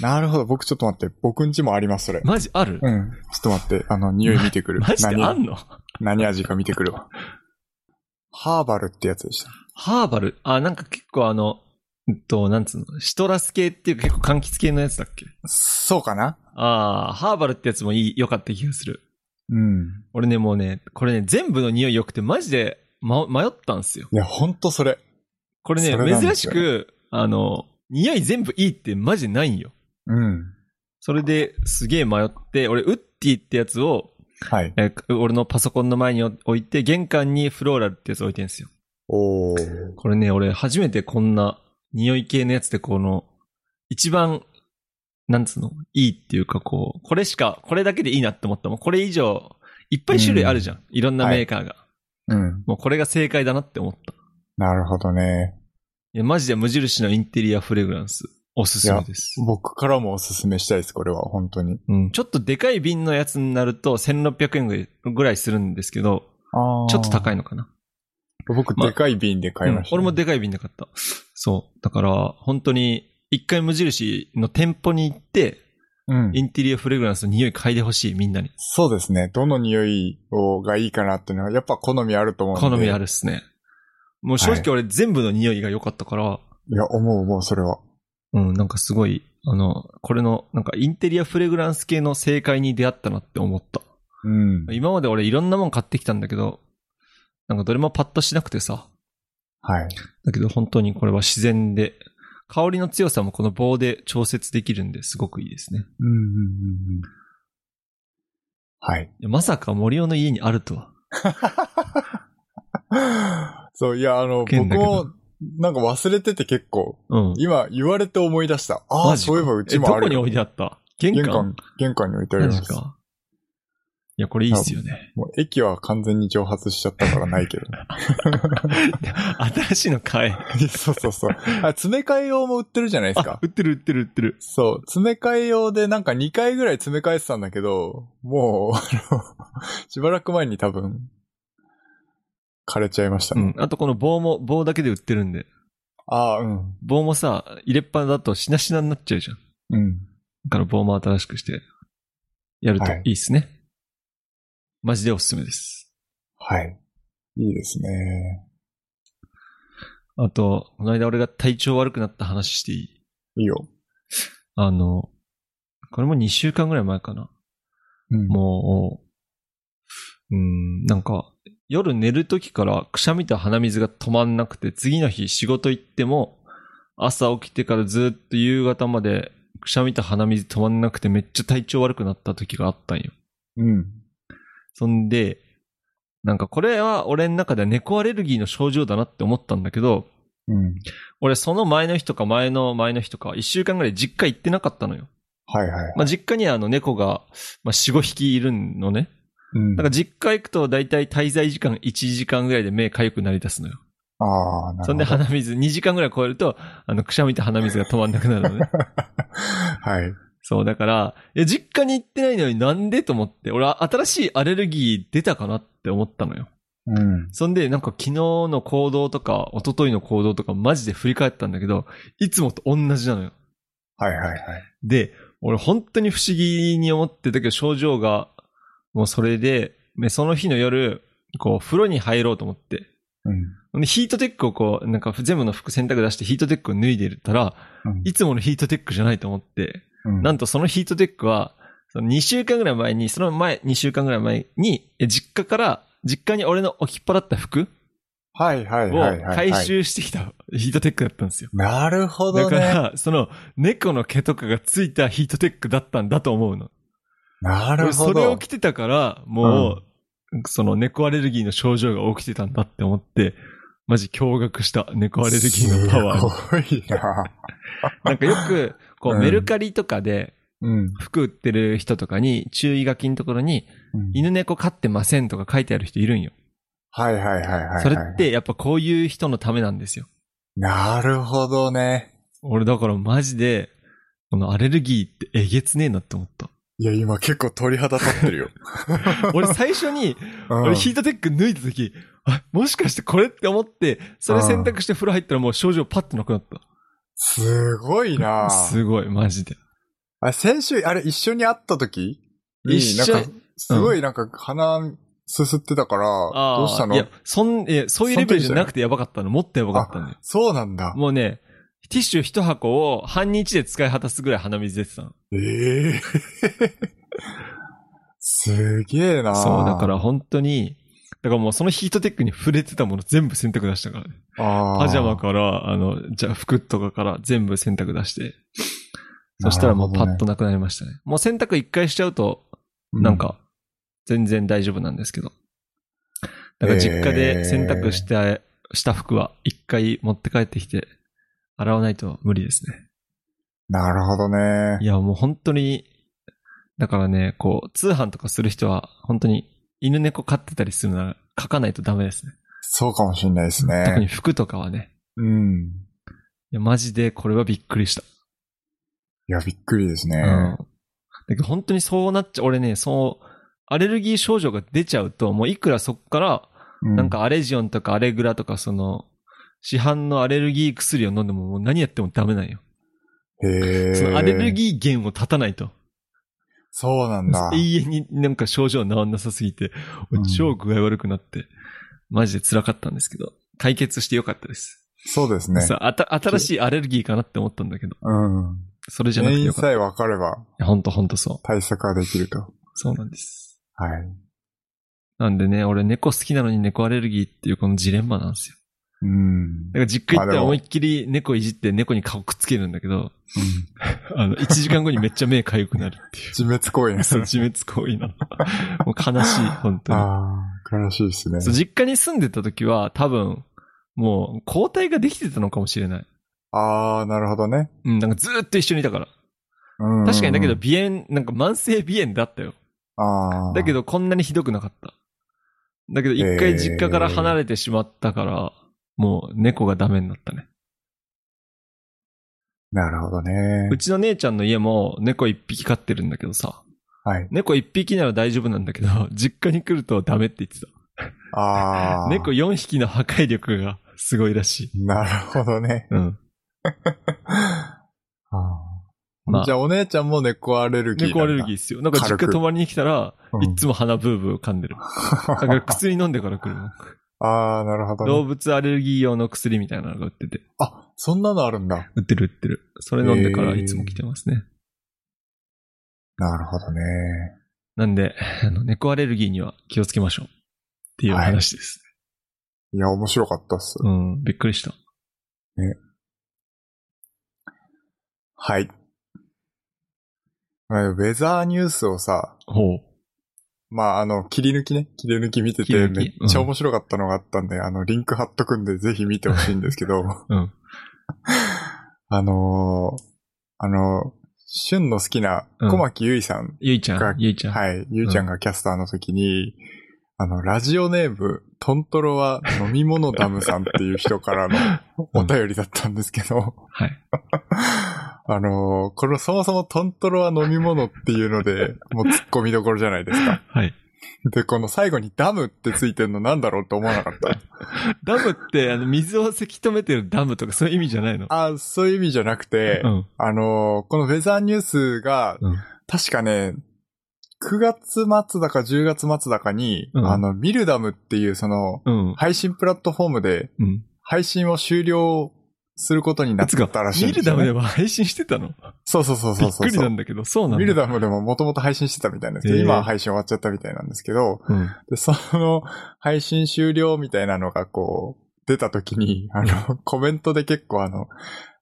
B: なるほど。僕ちょっと待って。僕んちもありま
A: (laughs)
B: す、それ。
A: マジある、
B: うん。ちょっと待って。あの、匂い見てくる。
A: (laughs) マジであ
B: 何、
A: んの
B: 何味か見てくるわ。ハーバルってやつでした。
A: ハーバルあ、なんか結構あの、うんと、なんつうの、シトラス系っていうか結構柑橘系のやつだっけ
B: そうかな
A: ああ、ハーバルってやつもいい、良かった気がする。
B: うん。
A: 俺ね、もうね、これね、全部の匂い良くて、マジで、ま、迷ったんですよ。
B: いや、ほんとそれ。
A: これね、
B: それなん
A: 珍
B: です
A: し
B: よ
A: く、あの、匂い全部いいってマジないんよ。
B: うん。
A: それですげえ迷って、俺、ウッディってやつを、
B: はい。
A: えー俺のパソコンの前に置いて、玄関にフローラルってやつ置いてんですよ。
B: おー。
A: これね、俺、初めてこんな匂い系のやつで、この、一番、なんつうの、いいっていうか、こう、これしか、これだけでいいなって思ったもん。これ以上、いっぱい種類あるじゃん。いろんなメーカーが。
B: うん。
A: もうこれが正解だなって思った。
B: なるほどね。
A: いや、マジで無印のインテリアフレグランス、おすすめです。
B: 僕からもおすすめしたいです、これは、本当に。
A: うん。ちょっとでかい瓶のやつになると、1600円ぐらいぐらいするんですけど、
B: あ
A: ちょっと
B: い。
A: 高いのかな。
B: 僕、
A: まあ
B: でかい瓶で買いました、
A: うん俺もでかい瓶で買った。そう。だから、本当に、一回無印の店舗に行って、
B: うん
A: イ。ンテリアフレグランスの匂い嗅いでほしい、みんなに。
B: そうですね。どの匂いをがいいかなっていうのは、やっぱ好みあると思うんで。
A: 好みあ
B: る。
A: るっすね。もう正
B: はい
A: 直俺全部の匂いが良かったから、
B: いや、思う思う、それは。
A: うん、なんかすごい、あの、これの、なんかインテリアフレグランス系の正解に出会ったなって思った。
B: うん。
A: 今まで俺いろんなもん買ってきたんだけど、なんかどれもパッとしなくてさ、
B: はい。
A: だけど本当にこれは自然で、香りの強さもこの棒で調節できるんですごくいいですね。
B: うん、うん、うん。うんはい。
A: い
B: (gasps)
A: やまさか森尾の家にあるとは。
B: そう、いや、あの、僕
A: 変だけど
B: も、なんか忘れてて結構、
A: うん。
B: 今言われて思い出した。あ
A: マ
B: あ、
A: ジか
B: そういえばうち
A: え、
B: もあ
A: ど
B: る
A: こに
B: よ。
A: 置いてあった玄
B: 玄
A: 関
B: 関、玄関に置いてあり
A: マ
B: ま
A: ジ
B: す。
A: か。いや、これいいっすよね。
B: もう駅は完全に蒸発しちゃったからないけど。
A: (laughs) 新しいの買え。
B: そう (laughs) そうそう。あ、詰め替え用も売ってるじゃないです
A: あ
B: か、
A: 売。ってる売ってる売ってる。
B: そう。詰め替え用でなんか2回ぐらい詰め替えてたんだけど、もう、あの、 (laughs) しばらく前に多分、枯れちゃいました
A: う
B: ね。
A: ん。あとこの棒も、棒だけで売ってるんで。
B: ああ、うん。
A: 棒もさ、入れっぱだとしなしなになっちゃうじゃん。
B: うん。
A: だから棒も新しくして、やると
B: はい
A: いいっすね。マジでおすすめです。
B: はい。いいですね。
A: あと、この間俺が体調悪くなった話していい
B: いいよ。
A: あの、これも2週間ぐらい前かな。
B: うん。
A: もう、うん、なんか、夜寝る時からくしゃみと鼻水が止まんなくて、次の日仕事行っても、朝起きてからずっと夕方までくしゃみと鼻水止まんなくてめっちゃ体調悪くなった時があったんよ。
B: うん。
A: そんで、なんかこれは俺の中では猫アレルギーの症状だなって思ったんだけど、
B: うん。
A: 俺その前の日とか前の前の日とか、一週間ぐらい実家行ってなかったのよ。
B: はいはい。
A: まあ、実家にはあの猫が、まあ、4、5匹いるのね。
B: うん
A: だから実家行くと大体滞在時間1時間ぐらいで目痒くなり出すのよ。
B: ああ、なるほど。
A: そんで鼻水2時間ぐらい超えると、あの、くしゃみと鼻水が止まんなくなるのね。
B: (laughs) はい。
A: そう、だから、え、実家に行ってないのになんでと思って、俺は新しいアレルギー出たかなって思ったのよ。
B: うん。
A: そんで、なんか昨日の行動とか、一昨日の行動とか、マジで振り返ったんだけど、いつもと同じなのよ。
B: はいはいはい。
A: で、俺本当に不思議に思ってたけど、症状が、もうそれで、ねその日の夜、こう、風呂に入ろうと思って。
B: うん。
A: でヒートテックをこう、なんか全部の服洗濯出してヒートテックを脱いでたら、いつものヒートテックじゃないと思って、
B: うん
A: なんとそのヒートテックは、その2週間ぐらい前に、その前、2週間ぐらい前に、え実家から、実家に俺の置きっぱだった服
B: はいはい
A: を
B: はいはい、はい。
A: 回。収してきたヒートテックだったんですよ。
B: なるほ
A: だ
B: ど
A: か
B: ね。
A: ら、その猫の毛とかがついたヒートテックだったんだと思うの。
B: なるほ
A: それを
B: ど
A: 着。てたから、もう、その猫アレルギーの症状が起きてたんだって思って、マジ驚愕した猫アレルギーのパワーに。
B: すごいな。
A: なんかよく、こう、
B: うん
A: メルカリとかで
B: (laughs) うん。
A: 服売ってる人とかに注意書きのところに、犬猫飼ってませんとか書いてある人いるんよ。
B: はいはいはいはい、はい。
A: それってやっぱこういう人のためなんですよ。
B: なるほどね。
A: 俺だからマジで、このアレルギーってえげつねえなって思った。
B: いや、今結構鳥肌立ってるよ。
A: 俺最初に、
B: (laughs) うん
A: 俺ヒートテック脱いだ時、あ、もしかしてこれって思って、それ選択して風呂入ったらもう症状パッとなくなっ
B: すごいな
A: た。。すごい、マジで。
B: あ先週、あれ、一緒に会った時に
A: 一緒
B: なんか、すごいなんか鼻すすってたから、どうした
A: い
B: の
A: や、そん、え、そういうレベルじゃなくてやばかったの。もっとやばかったんだよ。
B: そうなんだ。
A: もうね、ティッシュ一箱を半日で使い果たすぐらい鼻水出てたの。
B: ええすげえな
A: そう、だか。ら本当に、だからもうそのヒートテックに触れてたもの全部洗濯出したからね。
B: あー
A: パジャマから、あの、じゃあ服とかから全部洗濯出して。そしたらもうパッとなくなりましたね。もう洗濯一回しちゃうと、なん。か、全然大丈夫なんですけど。だから実家で洗濯した、した服は一回持って帰ってきて、洗わないと無理ですね。
B: うなるほどね
A: い。や、もう本当に、だからね、こう、通販とかする人は、本当に犬猫飼ってたりするなら、書かないとダメですね。
B: そうかもしれないです
A: 特に
B: ね。
A: 服とかはね。
B: うん。
A: いや、マジでこれはびっくりした。
B: いや、びっくりですね。
A: うん。だけど本当にそうなっちゃう、俺ね、そう、アレルギー症状が出ちゃうと、もういくらそっから、
B: う
A: なん、かアレジオンとかアレグラとかその、市販のアレルギー薬を飲んでももう何やってもダメなんよ。
B: へえ。
A: そのアレルギー源を断たないと。
B: そうな
A: (laughs)
B: んだ。
A: 永遠になんか症状治んなさすぎて、
B: うん
A: 超具合悪くなって、マジで辛かったんですけど、解決してよかったです。
B: そうですね。
A: さあ、あた新しいアレルギーかなって思ったんだけど、
B: うん。
A: それじゃな
B: 原
A: くて
B: 因
A: よかった。
B: さえ分かれば
A: ほんとほんとそう。
B: 対策はできると。
A: そうなんです。
B: はい。
A: なんでね、俺猫好きなのに猫アレルギーっていうこのジレンマなんですよ。
B: うん
A: だ。から実家行った
B: まあで
A: ら
B: も
A: 思いっきり猫いじって猫に顔くっつけるんだけど、あの、1時間後にめっちゃ目痒くなるっていう。
B: 自滅行為 (laughs) ね。
A: そう、自滅行為なの。もう悲しい、本当に。
B: ああ、悲しいですね。
A: そう、実家に住んでた時は多分、もう、交代ができてたのかもしれない。
B: ああ、なるほどね。
A: うん、なんかずーっと一緒にいたから。
B: うん
A: 確かにだけど、、鼻炎、なんか慢性鼻炎だったよ。
B: ああ。
A: だけ
B: ど、
A: ど、こんなにひどくなかった。だけど、一回実家から離れてしまったから、もう猫がダメになったね。
B: なるほどね
A: う。ちの姉ちゃんの家も猫一匹飼ってるんだけどさ、
B: はい。
A: 猫一匹なら大丈夫なんだけど、 (laughs) 実家に来るとダメって言ってた。
B: ああ。
A: 猫。4匹の破壊力がすごいらしい。
B: なるほど
A: (laughs)
B: ね。
A: うん。
B: ああ
A: まあ
B: じゃあ、お姉ちゃんも猫アレルギー。
A: 猫アレルギー
B: ー。
A: ですよ。なんか実家
B: 軽く
A: 泊まりに来たら、
B: うん
A: いつも鼻ブーブー噛んでる。だから薬飲んでから来る
B: (laughs)
A: もん。
B: ああ、なるほど
A: 動
B: ね。
A: 物アレルギー用の薬みたいなのが売ってて。
B: あ、そんなのあるんだ。
A: 売ってる売ってる。それ飲んでから
B: へー
A: いつも来てますね。
B: なるほどね。
A: なんで、あの、猫アレルギーには気をつけましょう。っていう話です。
B: いや、面白かったっす。
A: うん、びっくりした。
B: はい。まあウェザーニュースをさ、
A: ほう。
B: まあ、あの、切り抜きね、切り抜き見て
A: 切り抜
B: て、
A: き
B: めっちゃ面白かったのがあったんで、あの、リンク貼っとくんで、ぜひ見てほしいんですけど、
A: (laughs) うん。
B: あのーあの、旬の好きな
A: うん
B: 小牧ゆいさん、
A: ゆいちゃ
B: が
A: ん、ゆいちゃん。
B: はい、ゆいちゃんがキャスターの時に、あの、ラジオネーム、トントロは飲み
A: (laughs)
B: 物ダムさんっていう人からのお便りだったんですけど、
A: はい。
B: あ (laughs) あのーこのそもそもトントロは飲み物っていうので、もう突っ込みどころじゃないですか。
A: はい。
B: で、この最後にダムってついてんのなんだろうって思わなかった。
A: ダムって、あの、水をせき止めてるダムとかそういう意味じゃないの
B: あーそういう意味じゃなくて、
A: うん。
B: あのーこのウェザーニュースが、
A: うん
B: 確かね、9月末だか10月末だかに、
A: うん
B: あの、ミルダムっていうその、
A: うん。
B: 配信プラットフォームで
A: うん。
B: 配信を終了することになってたらしいん
A: 見
B: で
A: る
B: す
A: ダ
B: よ、
A: ム
B: ね。
A: でも配信してたの
B: そうそうそう
A: び
B: そう
A: っ
B: そう。
A: くりなんだけど、そうなんだ。
B: ミルダムでももともと配信してたみたいなんですけど、
A: へー
B: 今は配信終わっちゃったみたいなんですけど、
A: うん。
B: で、その配信終了みたいなのがこう、出た時に、あの、コメントで結構あの、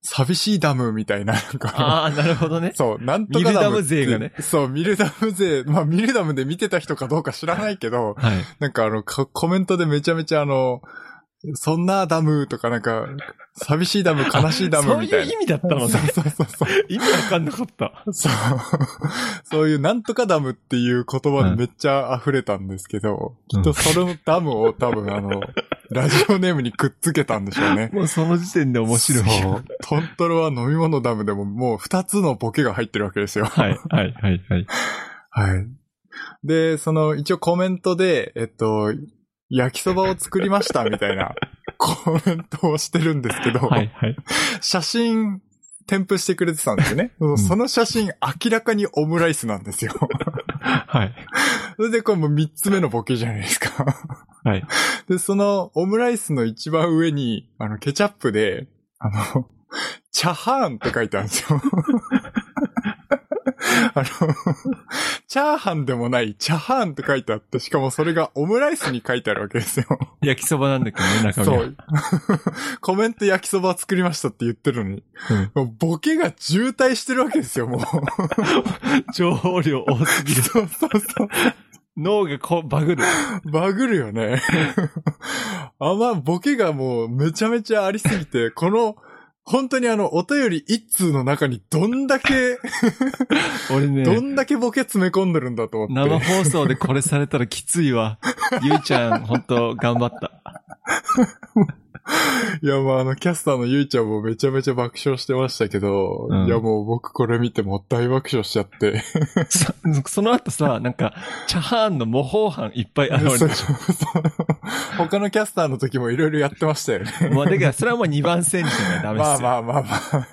B: 寂しいダムみたいな、なんか、
A: ああ、なるほどね。
B: (laughs) そう、なんとかダムって
A: ミルダム勢がね
B: そう、ミルダム勢、まあミルダムで見てた人かどうか知らないけど、
A: はい。
B: なんかあの、かコメントでめちゃめちゃあの、そんなダムとかなんか、寂しいダム、悲しいダムみたい
A: そういう
B: な
A: 意。味だったのね。
B: そうそうそうそう。
A: 意味わかんなかった。
B: そう。そういうなんとかダムっていう言葉にめっちゃ溢れたんですけど、
A: うん
B: きっとそのダムを多分
A: (laughs)
B: あの、ラジオネームにくっつけたんでしょうね。
A: もうその時点で面白い。
B: そう。トントロは飲み物ダムでももう二つのボケが入ってるわけですよ。
A: はい、はい、はい、はい。
B: はい。で、その一応コメントで、えっと、焼きそばを作りま
A: (laughs)
B: したみたいなコメントをしてるんですけど、
A: はい、はい。
B: 写真添付してくれてたんですよね。
A: ん
B: その写真明らかにオムライスなんですよ。
A: はい。
B: それでこれもう三つ目のボケじゃないですか。
A: はい。
B: (laughs) で、そのオムライスの一番上に、あの、ケチャップで、あの、チャハーンって書いてあるんで
A: (laughs)
B: すよ。あの、チャーハンでもない、チャハーンって書いてあって、しかもそれがオムライスに書いてあるわけですよ。
A: 焼きそばなんだけどね、中身
B: そ
A: は。
B: う。 (laughs) コメント焼きそば作りましたって言ってるのに、
A: うん
B: もうボケが渋滞してるわけです
A: (laughs)
B: よ、もう。
A: 情報量多すぎる。
B: そうそうそう。
A: 脳がこう、バグる。
B: バグるよね。あまボケがもうめちゃめちゃありす
A: (laughs)
B: ぎて、この、本当にあの、お便り一通の中にどんだけ、
A: 俺ね。
B: どんだけボケ詰め込んでるんだと思
A: 生
B: って。
A: 放送でこれされたらきついわ。ゆいちゃん、ほんと、頑張った。
B: いや、もうあの、キャスターのゆいちゃんもめちゃめちゃ爆笑してましたけど、
A: うん
B: いや、もう僕これ見てもう大爆笑しちゃって。
A: そその後さ、なんか、チャーハンの模倣犯いっぱい現れ
B: (laughs) そ
A: て
B: うそうそう他のキャスターの時もいろいろやってましたよね。
A: まあ、だから、それはもう2番線じゃない、ダメっす
B: ま
A: よ
B: あ。まあまあまあ。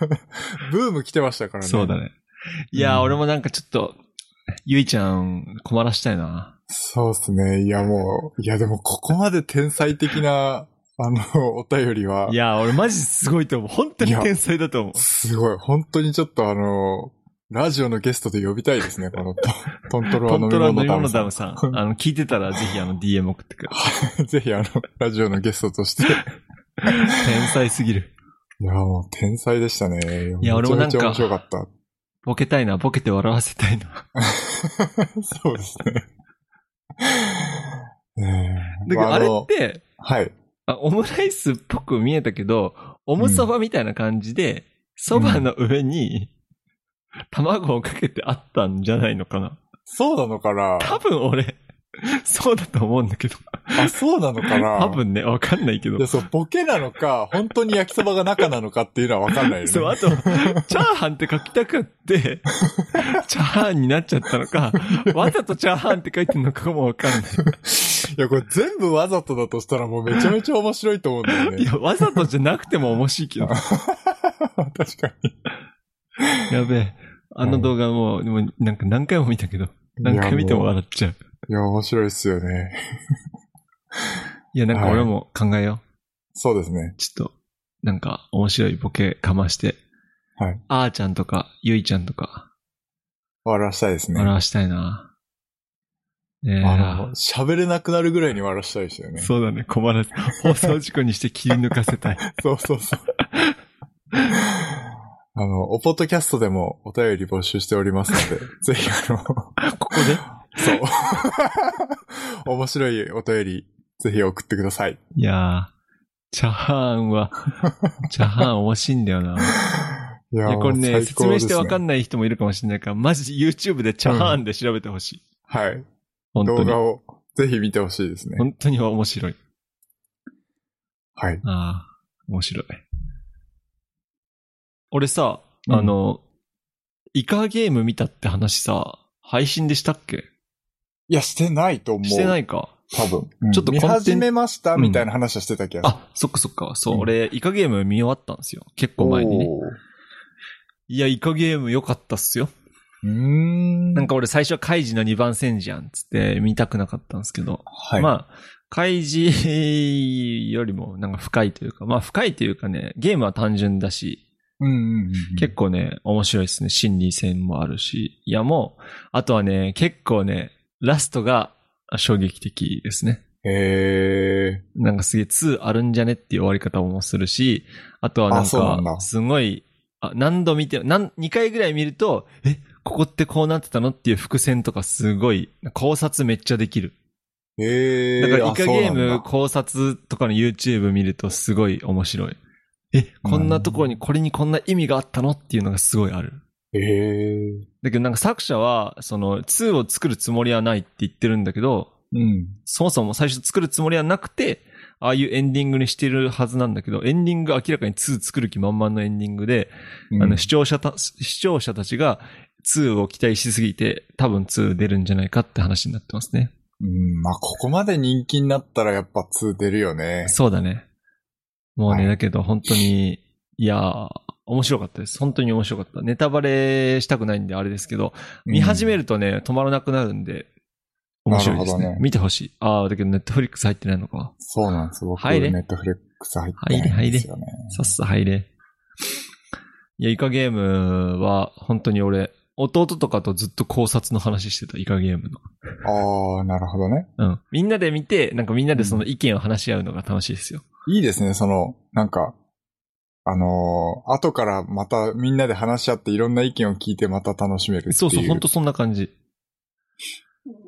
B: ブーム来てましたからね。
A: そうだね。いやー、
B: うん
A: 俺もなんかちょっと、ゆいちゃん困らしたいな。、
B: そうですね。いやもう、いやでもここまで天才的な、 (laughs) あの、お便りはい
A: やー、俺マジすごいと思う。本当に天才だと思う。
B: すごい。本当にちょっとあの、ラジオのゲストで呼びたいですね、このト、 (laughs) トントロは
A: ト
B: 飲
A: ン
B: み
A: トロ飲
B: 物
A: み
B: ダム
A: 物
B: さ
A: ダ
B: ん
A: ムさん。あの、聞いてたらぜひあの DM 送ってくる。
B: ぜひあの、ラジオのゲスト
A: (laughs)
B: として。
A: 天才すぎる。
B: いやもう天才でしたね。
A: いや俺もなんか
B: めちゃめちゃ面白かった。 (laughs)
A: ボケたいな、ボケて笑わせたい (laughs) な。
B: そうですね。ねえ
A: だけ
B: ま
A: ど、あれ
B: の
A: って、
B: はい。
A: あオムライスっぽく見えたけど、オムそばみたいな感じで、そばの上に、卵をかけてあったんじゃないのかな。
B: そうなのかな
A: 多分俺、そうだと思うんだけど。
B: あ、そうなのかな
A: 多分ね、わかんないけど
B: いや、。そう、ボケなのか、本当に焼きそばが中なのかっていうのはわかんないよ
A: (laughs)
B: ね。
A: そう、あと、チャーハンって書きたくって、 (laughs) チャーハンになっちゃったのか、わざとチャーハンって書いてるのかもわかんない
B: や、これ全部わざとだとしたらもうめちゃめちゃ面白いと思うんだよ
A: い。い
B: ね。
A: や、わざとじゃなくても面白いけど。
B: 確か
A: やべえ。あの動画もう、でもなんか何回も見たけど、
B: に。
A: 何回見ても
B: いや
A: 笑っちゃう。
B: ういや、面白いですよね。
A: いや、なんか
B: はい
A: 俺も考えよ
B: そうですね
A: う。。ちょっと、なんか面白いボケかまして、
B: はい
A: あーちゃんとか、ゆいちゃんとか、
B: 笑わしたいですね。
A: 笑わしたいな。ねえ。
B: あの、喋れなくなるぐらいに笑わしたいですよね。
A: そうだね、困らず。放送事故にして切り抜かせたい。
B: (laughs) そうそうそう。あの、おポッドキャストでもお便り募集しております
A: (laughs)
B: ので、ぜひあの、
A: ここで
B: そう。面白いお便り、ぜひ送ってください。
A: いやー、チャーハン
B: (laughs)
A: は、チャーハン惜しいんだよな。い
B: いや
A: や、これね、説明してわか
B: ない。
A: んない人もいるかもしれないから、マジで YouTube でチャーハンで調べてほしい。
B: はい。
A: 本当
B: 動
A: に
B: 画。をぜひ見てほしいですね。
A: 本当に面白い。
B: はい。
A: ああ、面白い。俺さ、
B: うん
A: あの、イカゲーム見たって話さ、配信でしたっけ
B: いや、してないと思う。
A: してないか。
B: 多分。
A: (laughs) ちょっと
B: 見
A: コンテン
B: 始めました
A: うん
B: みたいな話はしてた気がする。
A: あ、そっかそっか。そうう、
B: ん
A: 俺、イカゲーム見終わったんですよ。結構前にね。
B: おー
A: いや、イカゲーム良かったっすよ。
B: うーん。
A: なんか俺最初はカイジの2番線じゃんっつって見たくなかったんですけど。
B: はい。
A: まあ、カイジよりもなんか深いというか、まあ深いというかね、ゲームは単純だし、
B: うんうんうんうん、
A: 結構ね、面白いですね。心理戦もあるし。いやもう、あとはね、結構ね、ラストが衝撃的ですね。
B: へえ。
A: なんかすげえ2あるんじゃねっていう終わり方もするし、あとはなん
B: あそうなん
A: か、
B: だ
A: すごい、あ何度見て、何、2回ぐらい見ると、え、ここってこうなってたのっていう伏線とかすごい、考察めっちゃできる。
B: へえ。
A: だからイカゲー
B: あそうな
A: ム
B: んだ
A: 考察とかの YouTube 見るとすごい面白い。え、こんなところにこれにこんな意味があったのっていうのがすごいある。
B: へえ。
A: だけどなんか作者は、その2を作るつもりはないって言ってるんだけど、
B: うん。
A: そもそも最初作るつもりはなくて、ああいうエンディングにしてるはずなんだけど、エンディングが明らかに2作る気満々のエンディングで、あの視聴者た、視聴者たちが2を期待しすぎて、多分2出るんじゃないかって話になってますね。
B: うん、まあ、ここまで人気になったらやっぱ2出るよね。
A: そうだね。もうね、
B: はい
A: だけど本当に、いやー、面白かったです。本当に面白かった。ネタバレしたくないんであれですけど、見始め
B: る。
A: るとね、止まらなくなるんで、面白いです
B: なる
A: ね。
B: ほどね
A: 見てほしい。ああ、だけどネットフリックス入ってないのか。
B: そうなんです。僕、
A: 入れ
B: ネットフレックス入ってないんですよね。
A: さっさ入れ。いや、イカゲームは、本当に俺、弟とかとずっと考察の話してた、イカゲームの。
B: ああ、なるほどね。
A: うん。みんなで見て、なんかみんなでその意見を話し合うのが楽しいですよ。
B: いいですね、その、なんか、あのー後からまたみんなで話し合っていろんな意見を聞いてまた楽しめるっていう。
A: そうそう、本当そんな感じ。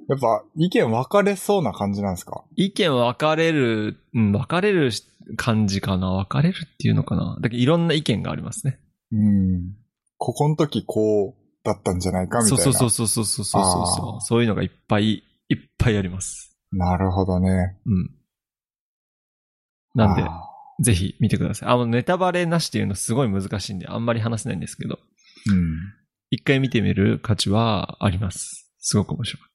B: やっぱ、意見分かれそうな感じなんですか
A: 意見分かれる、うん、分かれる感じかな。分かれるっていうのかな。だけどいろんな意見がありますね。
B: うん。ここの時こうだったんじゃないかみたい
A: そう
B: な。
A: そうそうそうそうそうそうそ
B: あー
A: う。そういうのがいっぱいいっぱいあります。
B: なるほどね。
A: うん。なんで
B: あ、ー
A: ぜひ見てください。あ、もうネタバレなしっていうのすごい難しいんで、あんまり話せないんですけど、
B: うん。
A: 一回見てみる価値はあります。すごく面白かっ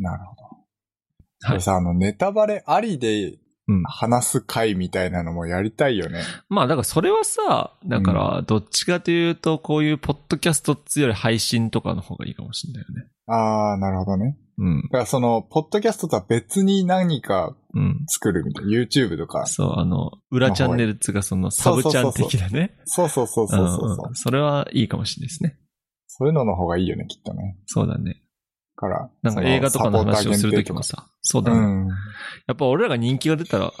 B: なるほど。
A: はい
B: これさ、あの、ネタバレありで
A: うん
B: 話す回みたいなのもやりたいよね。
A: た。まあ、だからそれはさ、だから、どっちかというと、こういうポッドキャストっつうより配信とかの方がいいかもしれないよね。
B: あー、なるほどね。
A: うん
B: だ。からその、ポッドキャストとは別に何か
A: うん。
B: 作るみたいな。YouTube とか。
A: そう、あの、裏チャンネルっつうか、そのサブチャン的なね。
B: そうそうそうそうそうそう
A: うんうんそれはいいかもしれないですね。
B: そういうのの方がいいよね、きっとね。
A: そうだね。
B: だから。
A: なんか映画とかの
B: そ
A: 話をすると
B: サ
A: き
B: ポ
A: も
B: ー
A: さ、そう
B: タ
A: だ
B: ー
A: ね。
B: 限定とかう
A: や
B: ん。
A: っぱ俺らが人気が出たら、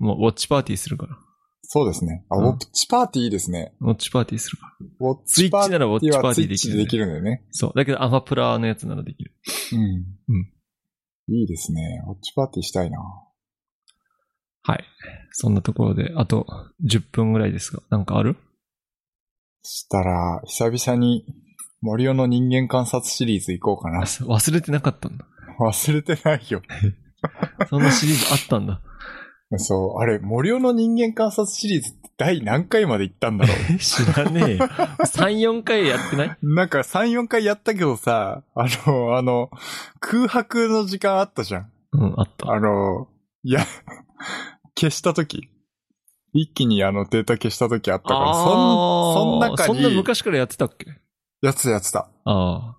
A: もうウォッチパーティーするから。
B: そうですね。あ、
A: うん
B: ウォッチパーティーいいですね。
A: ウォッチパーティーするから。
B: ウォッ
A: ツイ
B: チパ
A: ッ
B: ー
A: チ
B: テ
A: ならウォッ
B: ィ
A: チ
B: ー
A: パ
B: は
A: ー
B: ツ
A: ティ
B: イ
A: ーで
B: ッ
A: き
B: チ
A: る、
B: できるんだよね。
A: そう。だけどアマプラのやつならできる。
B: うん。
A: うん
B: いいですね。ウォッチパーティーしたいな。
A: はい。そんなところで、あと10分ぐらいですが、なんかある
B: したら、久々に森尾の人間観察シリーズ行こう
A: (laughs)
B: かな。
A: 忘れてなかったんだ。
B: 忘れてないよ。
A: そんなシリーズあったんだ。
B: そう、あれ、森尾の人間観察シリーズって第何回まで行ったんだろ。
A: (laughs) え知らねえよ。3、4回やってないう
B: なんか3、4回やったけどさ、あの、あの、空白の時間あったじゃん。
A: うん、あった。
B: あの、いや、消した時。一気にあのデータ消した時あったから、そん、そん
A: あー
B: 中
A: そんな
B: に、
A: 昔からやってたっけ
B: やつやってた。
A: あ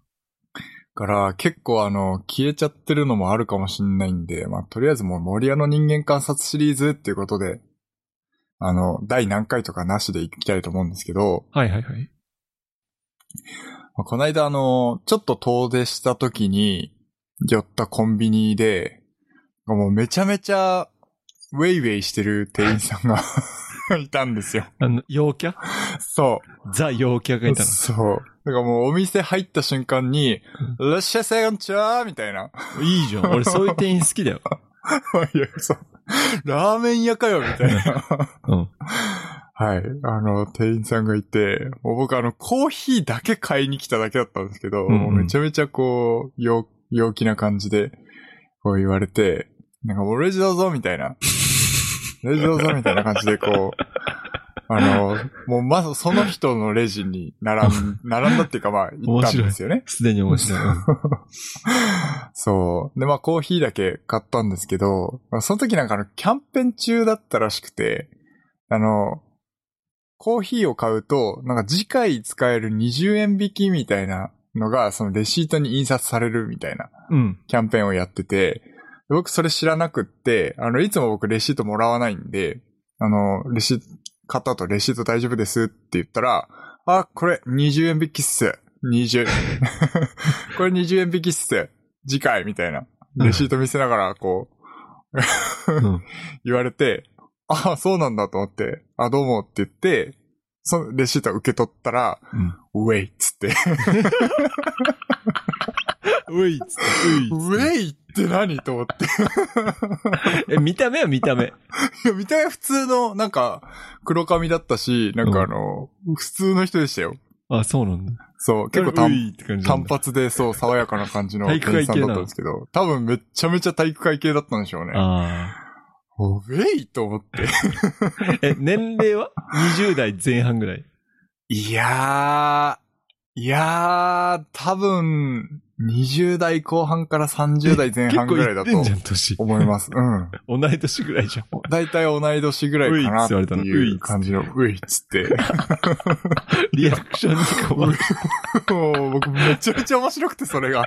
B: から、結構あの、消えちゃってるのもあるかもしんないんで、まあ、とりあえずもう森屋の人間観察シリーズっていうことで、あの、第何回とかなしで行きたいと思うんですけど、
A: あ。はいはいはい。
B: まあこの間あの、ちょっと遠出した時に、寄ったコンビニで、もうめちゃめちゃ、ウェイウェイしてる店員さんが (laughs) いたんですよ。
A: あの、陽キャ
B: そう。
A: ザ陽キャがいたの。
B: そう。だからもうお店入った瞬間に、いらっしゃいさよんちゃーみたいな。 (laughs)
A: いいじゃん。俺そういう店員好きだよ。
B: いや、そう。ラーメン屋かよ、みたいな。
A: うん。
B: はい。あの、店員さんがいて、もう僕あの、コーヒーだけ買いに来ただけだったんですけど、
A: うんうん
B: もうめちゃめちゃこう、陽陽気な感じで、こう言われて、
A: (laughs)
B: なんか、オレンジどうぞ、みたいな。オレンジどうぞ、みたいな感じでこう、あの、もうまずその人のレジに並ん、
A: (laughs)
B: 並んだっていうかまあ、行ったんですよね。
A: すでに面白い。
B: (laughs) そう。で、まあコーヒーだけ買ったんですけど、まあその時なんかあの、キャンペーン中だったらしくて、あの、コーヒーを買うと、なんか次回使える20円引きみたいなのが、そのレシートに印刷されるみたいな
A: うん。
B: キャンペーンをやってて、僕それ知らなくって、あの、いつも僕レシートもらわないんで、あの、レシート、買った後レシート大丈夫ですって言ったら、あ、これ20円引きっす。20。これ20円引きっす。次回みたいな。レシート見せながら、こう、 (laughs)
A: うん。
B: 言われて、あ、そうなんだと思って、あ、どうもって言って、そのレシート受け取ったら、ウェイっつって、
A: ういっつって、
B: (laughs) ウェイって (laughs) 何と思って
A: (laughs) え、見た目は見た目。
B: いや、見た目普通の、なんか、黒髪だったし、なんかあの、普通の人でしたよ。
A: あ、そうなんだ。
B: そう、結構単
A: ういって感じなん
B: 単
A: だ。
B: 発で、そう、爽やかな感じ
A: (laughs)
B: の
A: 体育会系
B: さんだ
A: な
B: ったんですけど、多分めっちゃめちゃ体育会系だったんでしょうね。
A: あ
B: ウェイと思って。
A: あ。え、年齢は ?20 代前半ぐらい。
B: いやー、いやー、多分、20代後半から30代前半ぐらいだと
A: 結構いってんじゃん、年。
B: 思います。うん。
A: 同い年ぐらいじゃん。
B: 大体同い年ぐらいかなって
A: ウェイっつって言われたの
B: いう感じの、ウェイっつって。
A: リアクションに困
B: (laughs)
A: る。
B: もう僕めちゃめちゃ面白くて、それが。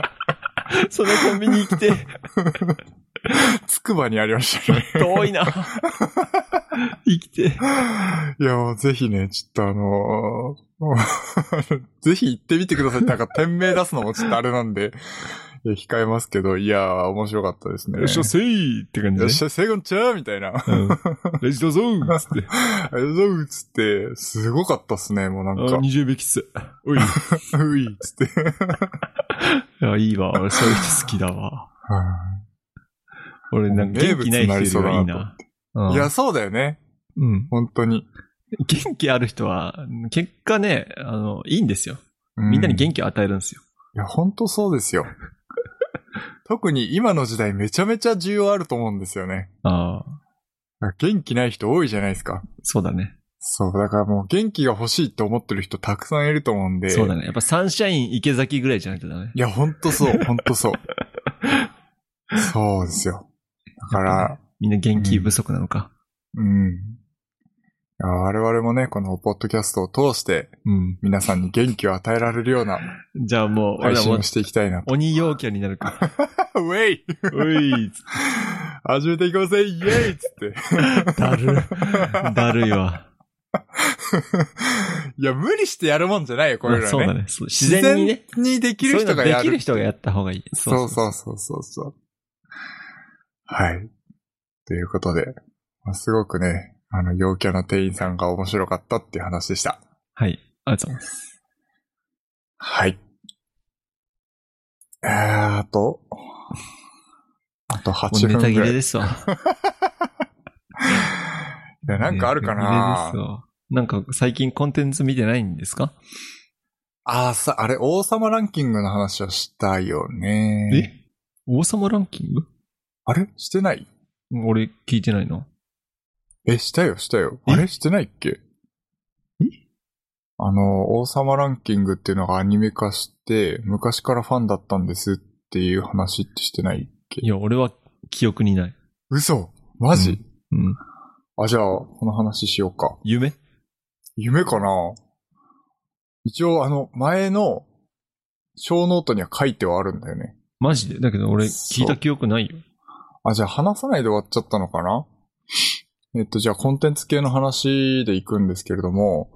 A: そのコンビニ行きて、
B: つくばにありましたね。
A: 遠いな。生きて。
B: いや、もうぜひね、ちょっとあのーぜひ行ってみてくださいって。なんか店名出すのもちょっとあれなんで、いや控えますけど、いやー、面白かったですね。
A: よっしゃ、
B: よ
A: せいって感じ
B: っ
A: ね。
B: しゃ、セゴンちゃーみたいな。
A: うんレジどうぞーっつって。
B: ありがとうっつって、すごかったっすね、もうなん
A: あ
B: か。
A: 20匹っす。おい。
B: ういっつって。
A: いや、いいわ。俺、そういう人好きだわ。
B: は
A: 俺、なんか元気ない人よりはいい
B: 名物になりそうだ
A: な
B: な。
A: うん
B: いいや、そうだよね。
A: うん。
B: 本当に。
A: 元気ある人は、結果ね、あの、いいんですよ。
B: う
A: みんなに元気を与えるんですよ。
B: いや、ほんとそうですよ。特に今の時代めちゃめちゃ需要あると思うんですよね。
A: ああ、
B: 元気ない人多いじゃないですか。
A: そうだね。
B: そう、だからもう元気が欲しいって思ってる人たくさんいると思うんで。
A: そうだね。やっぱサンシャイン池崎ぐらいじゃないとダメ
B: い。や、ほん
A: (laughs)
B: とそう、ほんとそう。そうですよ。だから、
A: みんな元気不足なのか。
B: うん。いや我々もね、このポッドキャストを通して
A: うん。
B: 皆さんに元気を与えられるような
A: じゃあもう、俺
B: 配
A: ら
B: 信
A: も
B: をしていきたい
A: (laughs)
B: なと。
A: 鬼陽キャになる
B: (laughs)
A: か。
B: ウェイ
A: ういっつっ
B: 始めていきませんイエイっつっ
A: て
B: て。
A: だる。だるいわ。
B: いや、無理してやるもんじゃないよ、こ
A: ま
B: れ
A: あ
B: ら
A: そうだ
B: ね。
A: ね。そう自然にね。
B: 自然にできる人
A: そ
B: が
A: ういうの
B: や
A: でき
B: る
A: る。人がやった方がいい。
B: そうそうそうそうそう。はい。ということで、まあすごくね、あの、陽キャな店員さんが面白かったっていう話でした。
A: はい。ありがとうございます。
B: はい。えー、あと、あと
A: もう
B: 8
A: ネ
B: 分
A: タ切
B: ぐら
A: れ
B: い。い
A: ですわ。
B: や、なんかあるか
A: ネタ切れ
B: な
A: ですわなんか最近コンテンツ見てないんですか
B: あーさ、あれ、王様ランキングの話をしたよね。
A: え王様ランキング
B: あれしてない
A: 俺聞いてないな。
B: え、したよ、したよ。
A: え
B: あれしてないっけあの、王様ランキングっていうのがアニメ化して、昔からファンだったんですっていう話ってしてないっけ
A: いや、俺は記憶にない。
B: 嘘マジ、
A: うん。
B: あ、じゃあ、この話しようか。
A: 夢
B: 夢かな一応、あの、前の、小ノートには書いてはあるんだよね。
A: マジでだけど俺聞いた記憶ないよ。
B: あ、じゃあ話さないで終わっちゃったのかな (laughs) えっと、じゃあコンテンツ系の話でいくんですけれども、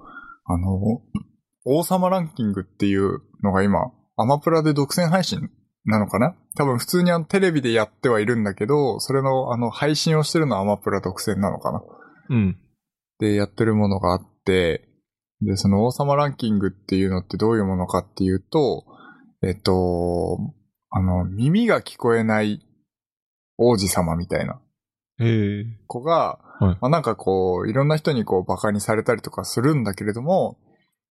B: あの、王様ランキングっていうのが今、アマプラで独占配信なのかな多分普通にあのテレビでやってはいるんだけど、それのあの配信をしてるのはアマプラ独占なのかな
A: うん。
B: でやってるものがあって、で、その王様ランキングっていうのってどういうものかっていうと、えっと、あの、耳が聞こえない王子様みたいな
A: へえ。
B: 子が、
A: はい
B: まあ、なんかこう、いろんな人にこう、馬鹿にされたりとかするんだけれども、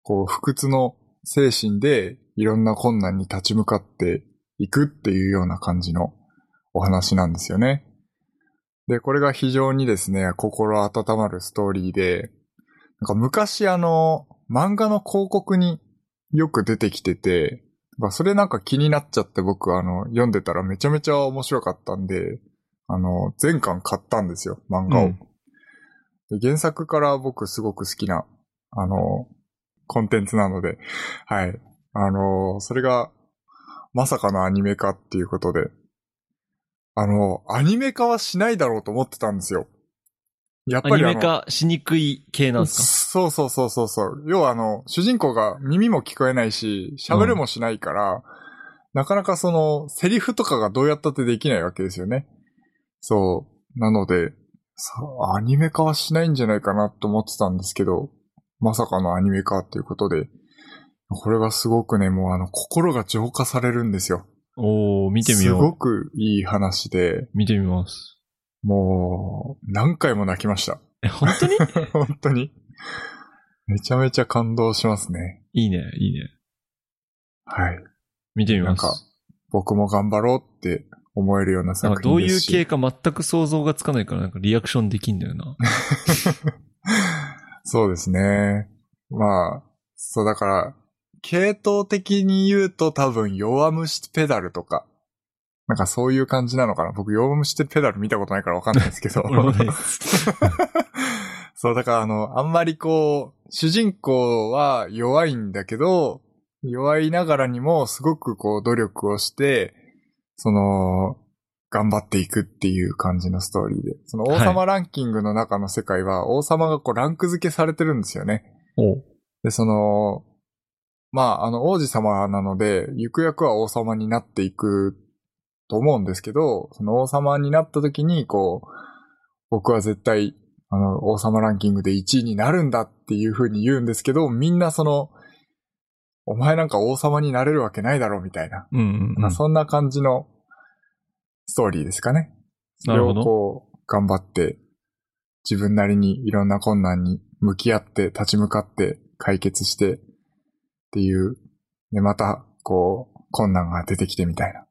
B: こう、不屈の精神で、いろんな困難に立ち向かっていくっていうような感じのお話なんですよね。で、これが非常にですね、心温まるストーリーで、なんか昔あの、漫画の広告によく出てきてて、まあそれなんか気になっちゃって僕あの、読んでたらめちゃめちゃ面白かったんで、あの、全巻買ったんですよ、漫画を。で原作から僕すごく好きな、あの、コンテンツなので、はい。あの、それが、まさかのアニメ化っていうことで、あの、アニメ化はしないだろうと思ってたんですよ。やっ
A: ア
B: ぱ
A: ニ
B: りあ
A: メ
B: の、
A: 化しにくい系なんですか
B: そうそうそうそうそう。要はあの、主人公が耳も聞こえないし、喋るもしないから、なかなかその、セリフとかがどうやったってできないわけですよね。そう。なので、さアニメ化はしないんじゃないかなと思ってたんですけど、まさかのアニメ化っていうことで、これがすごくね、もうあの、心が浄化されるんですよ。
A: おー、見てみよ
B: すご
A: う。
B: くいい話で、
A: 見てみます。
B: もう、何回も泣きました。
A: え、本当に
B: (laughs) 本当に。めちゃめちゃ感動しますね。
A: (laughs) いいね、いいね。
B: はい。
A: 見てみます。
B: なんか僕も頑張ろうって思えるような
A: なん
B: 作
A: かど
B: 品
A: う
B: で
A: い
B: す
A: う
B: し。
A: 系か全く想像がつかないから、なんかリアクションできんだよな。。
B: (laughs) そうですね。まあ、そうだから、系統的に言うと多分弱虫ペダルとか、なんかそういう感じなのかな。僕弱虫ペダル見たことないからわかんないですけど
A: (laughs) (laughs) 俺もないです。
B: (laughs) そう、だからあの、あんまりこう、主人公は弱いんだけど、弱いながらにもすごくこう努力をして、その、頑張っていくっていう感じのストーリーで。その王様ランキングの中の世界は、王様がこうランク付けされてるんですよね。
A: おう
B: で、その、まあ、あの、王子様なので、ゆくゆくは王様になっていくと思うんですけど、その王様になった時に、こう、僕は絶対、あの、王様ランキングで1位になるんだっていう風に言うんですけど、みんなその、お前なんか王様になれるわけないだろ、みたいな。
A: うんうん、う
B: まあ
A: ん。
B: そんな感じのストーリーですかね。そ
A: なる
B: れ
A: ほ
B: を
A: ど
B: こう、頑張って、自分なりにいろんな困難に向き合って、立ち向かって、解決して、っていう、で、また、こう、困難が出てきてみたいな。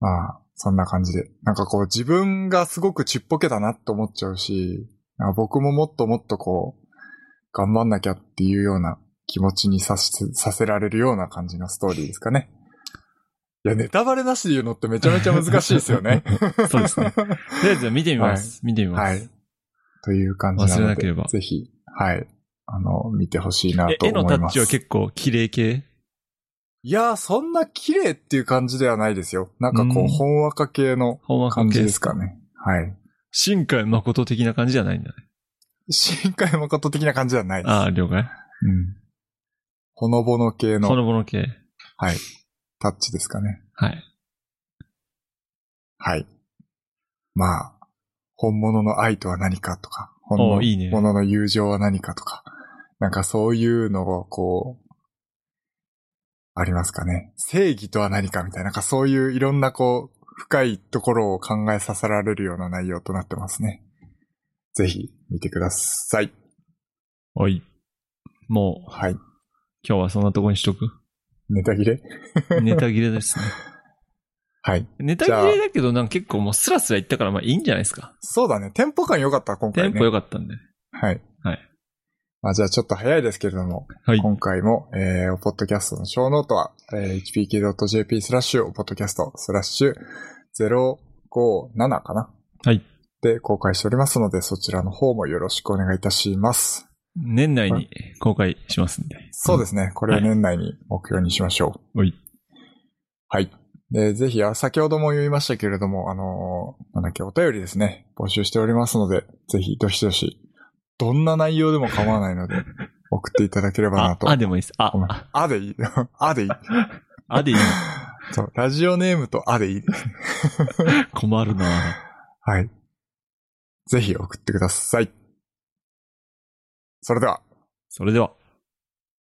B: まあ、そんな感じで。なんかこう、自分がすごくちっぽけだなと思っちゃうし、なんか僕ももっともっとこう、頑張んなきゃっていうような気持ちにさせ、させられるような感じのストーリーですかね。いや、ネタバレなしで言うのってめちゃめちゃ難しいですよね。
A: (laughs) そうですね。とりあえず見てみます。見てみます。
B: (laughs) はい。という感じなので。
A: 忘れなければ
B: ぜひ、はい。あの、見てほしいな
A: え
B: と
A: 絵の
B: 思
A: タ
B: い
A: ッ
B: ます。
A: チは結構綺麗系
B: いやー、そんな綺麗っていう感じではないですよ。なんかこ
A: うん
B: う、ほんわか系の
A: ほんわか
B: 感じ
A: 系
B: ですか。ね。はい。
A: 新海誠的な感じじゃないんだね。
B: 深海誠的な感じではないです。
A: ああ、了解。
B: うん。ほのぼの系
A: ほ
B: の
A: のぼの系。
B: タッチですかね。
A: はい。
B: はい。まあ、本物の愛とは何かとか、本
A: おういいね
B: 物の友情は何かとか、なんかそういうのをこう、ありますかね。正義とは何かみたいな、なんかそういういろんなこう、深いところを考えさせられるような内容となってますね。ぜひ見てください。
A: おい。もう、
B: はい。
A: 今日はそんなとこにしと
B: (laughs)
A: く。
B: ネタ切れ
A: ネタ切れですね。
B: はい。
A: ネタ切れだけど、なんか結構もうスラスラ言ったから、まあいいんじゃないですか。
B: そうだね。テンポ感良かった、今
A: テ
B: 回ね。
A: ンポ良かったんで。
B: はい。
A: はい。
B: まあ、じゃあちょっと早いですけれども、
A: はい。
B: 今回も、えー、ポッドキャストの小ノートは、えー、hpk.jp スラッシュ、ポッドキャストスラッシュ057かな
A: はい。
B: で公開しておりますので、そちらの方もよろしくお願いいたします。
A: 年内に公開しますんで。。
B: そうですすね。これを年内に目標にしましょう。
A: おい。
B: はい。で、ぜひ、あ先ほども言いましたけれども、あのーなんだっけ、お便りですね、募集しておりますので、ぜひ、どしどし、どんな内容でも構わな
A: (laughs)
B: いので、送っていただければな
A: あ、
B: と。
A: あでもいいです。あ
B: ごめ、ん
A: あ
B: あでい (laughs) い。あでいい。
A: あでいい。
B: (laughs) そう、ラジオネームとあでいい。
A: 困るな
B: はい。ぜひ送ってください。それでは。
A: それでは。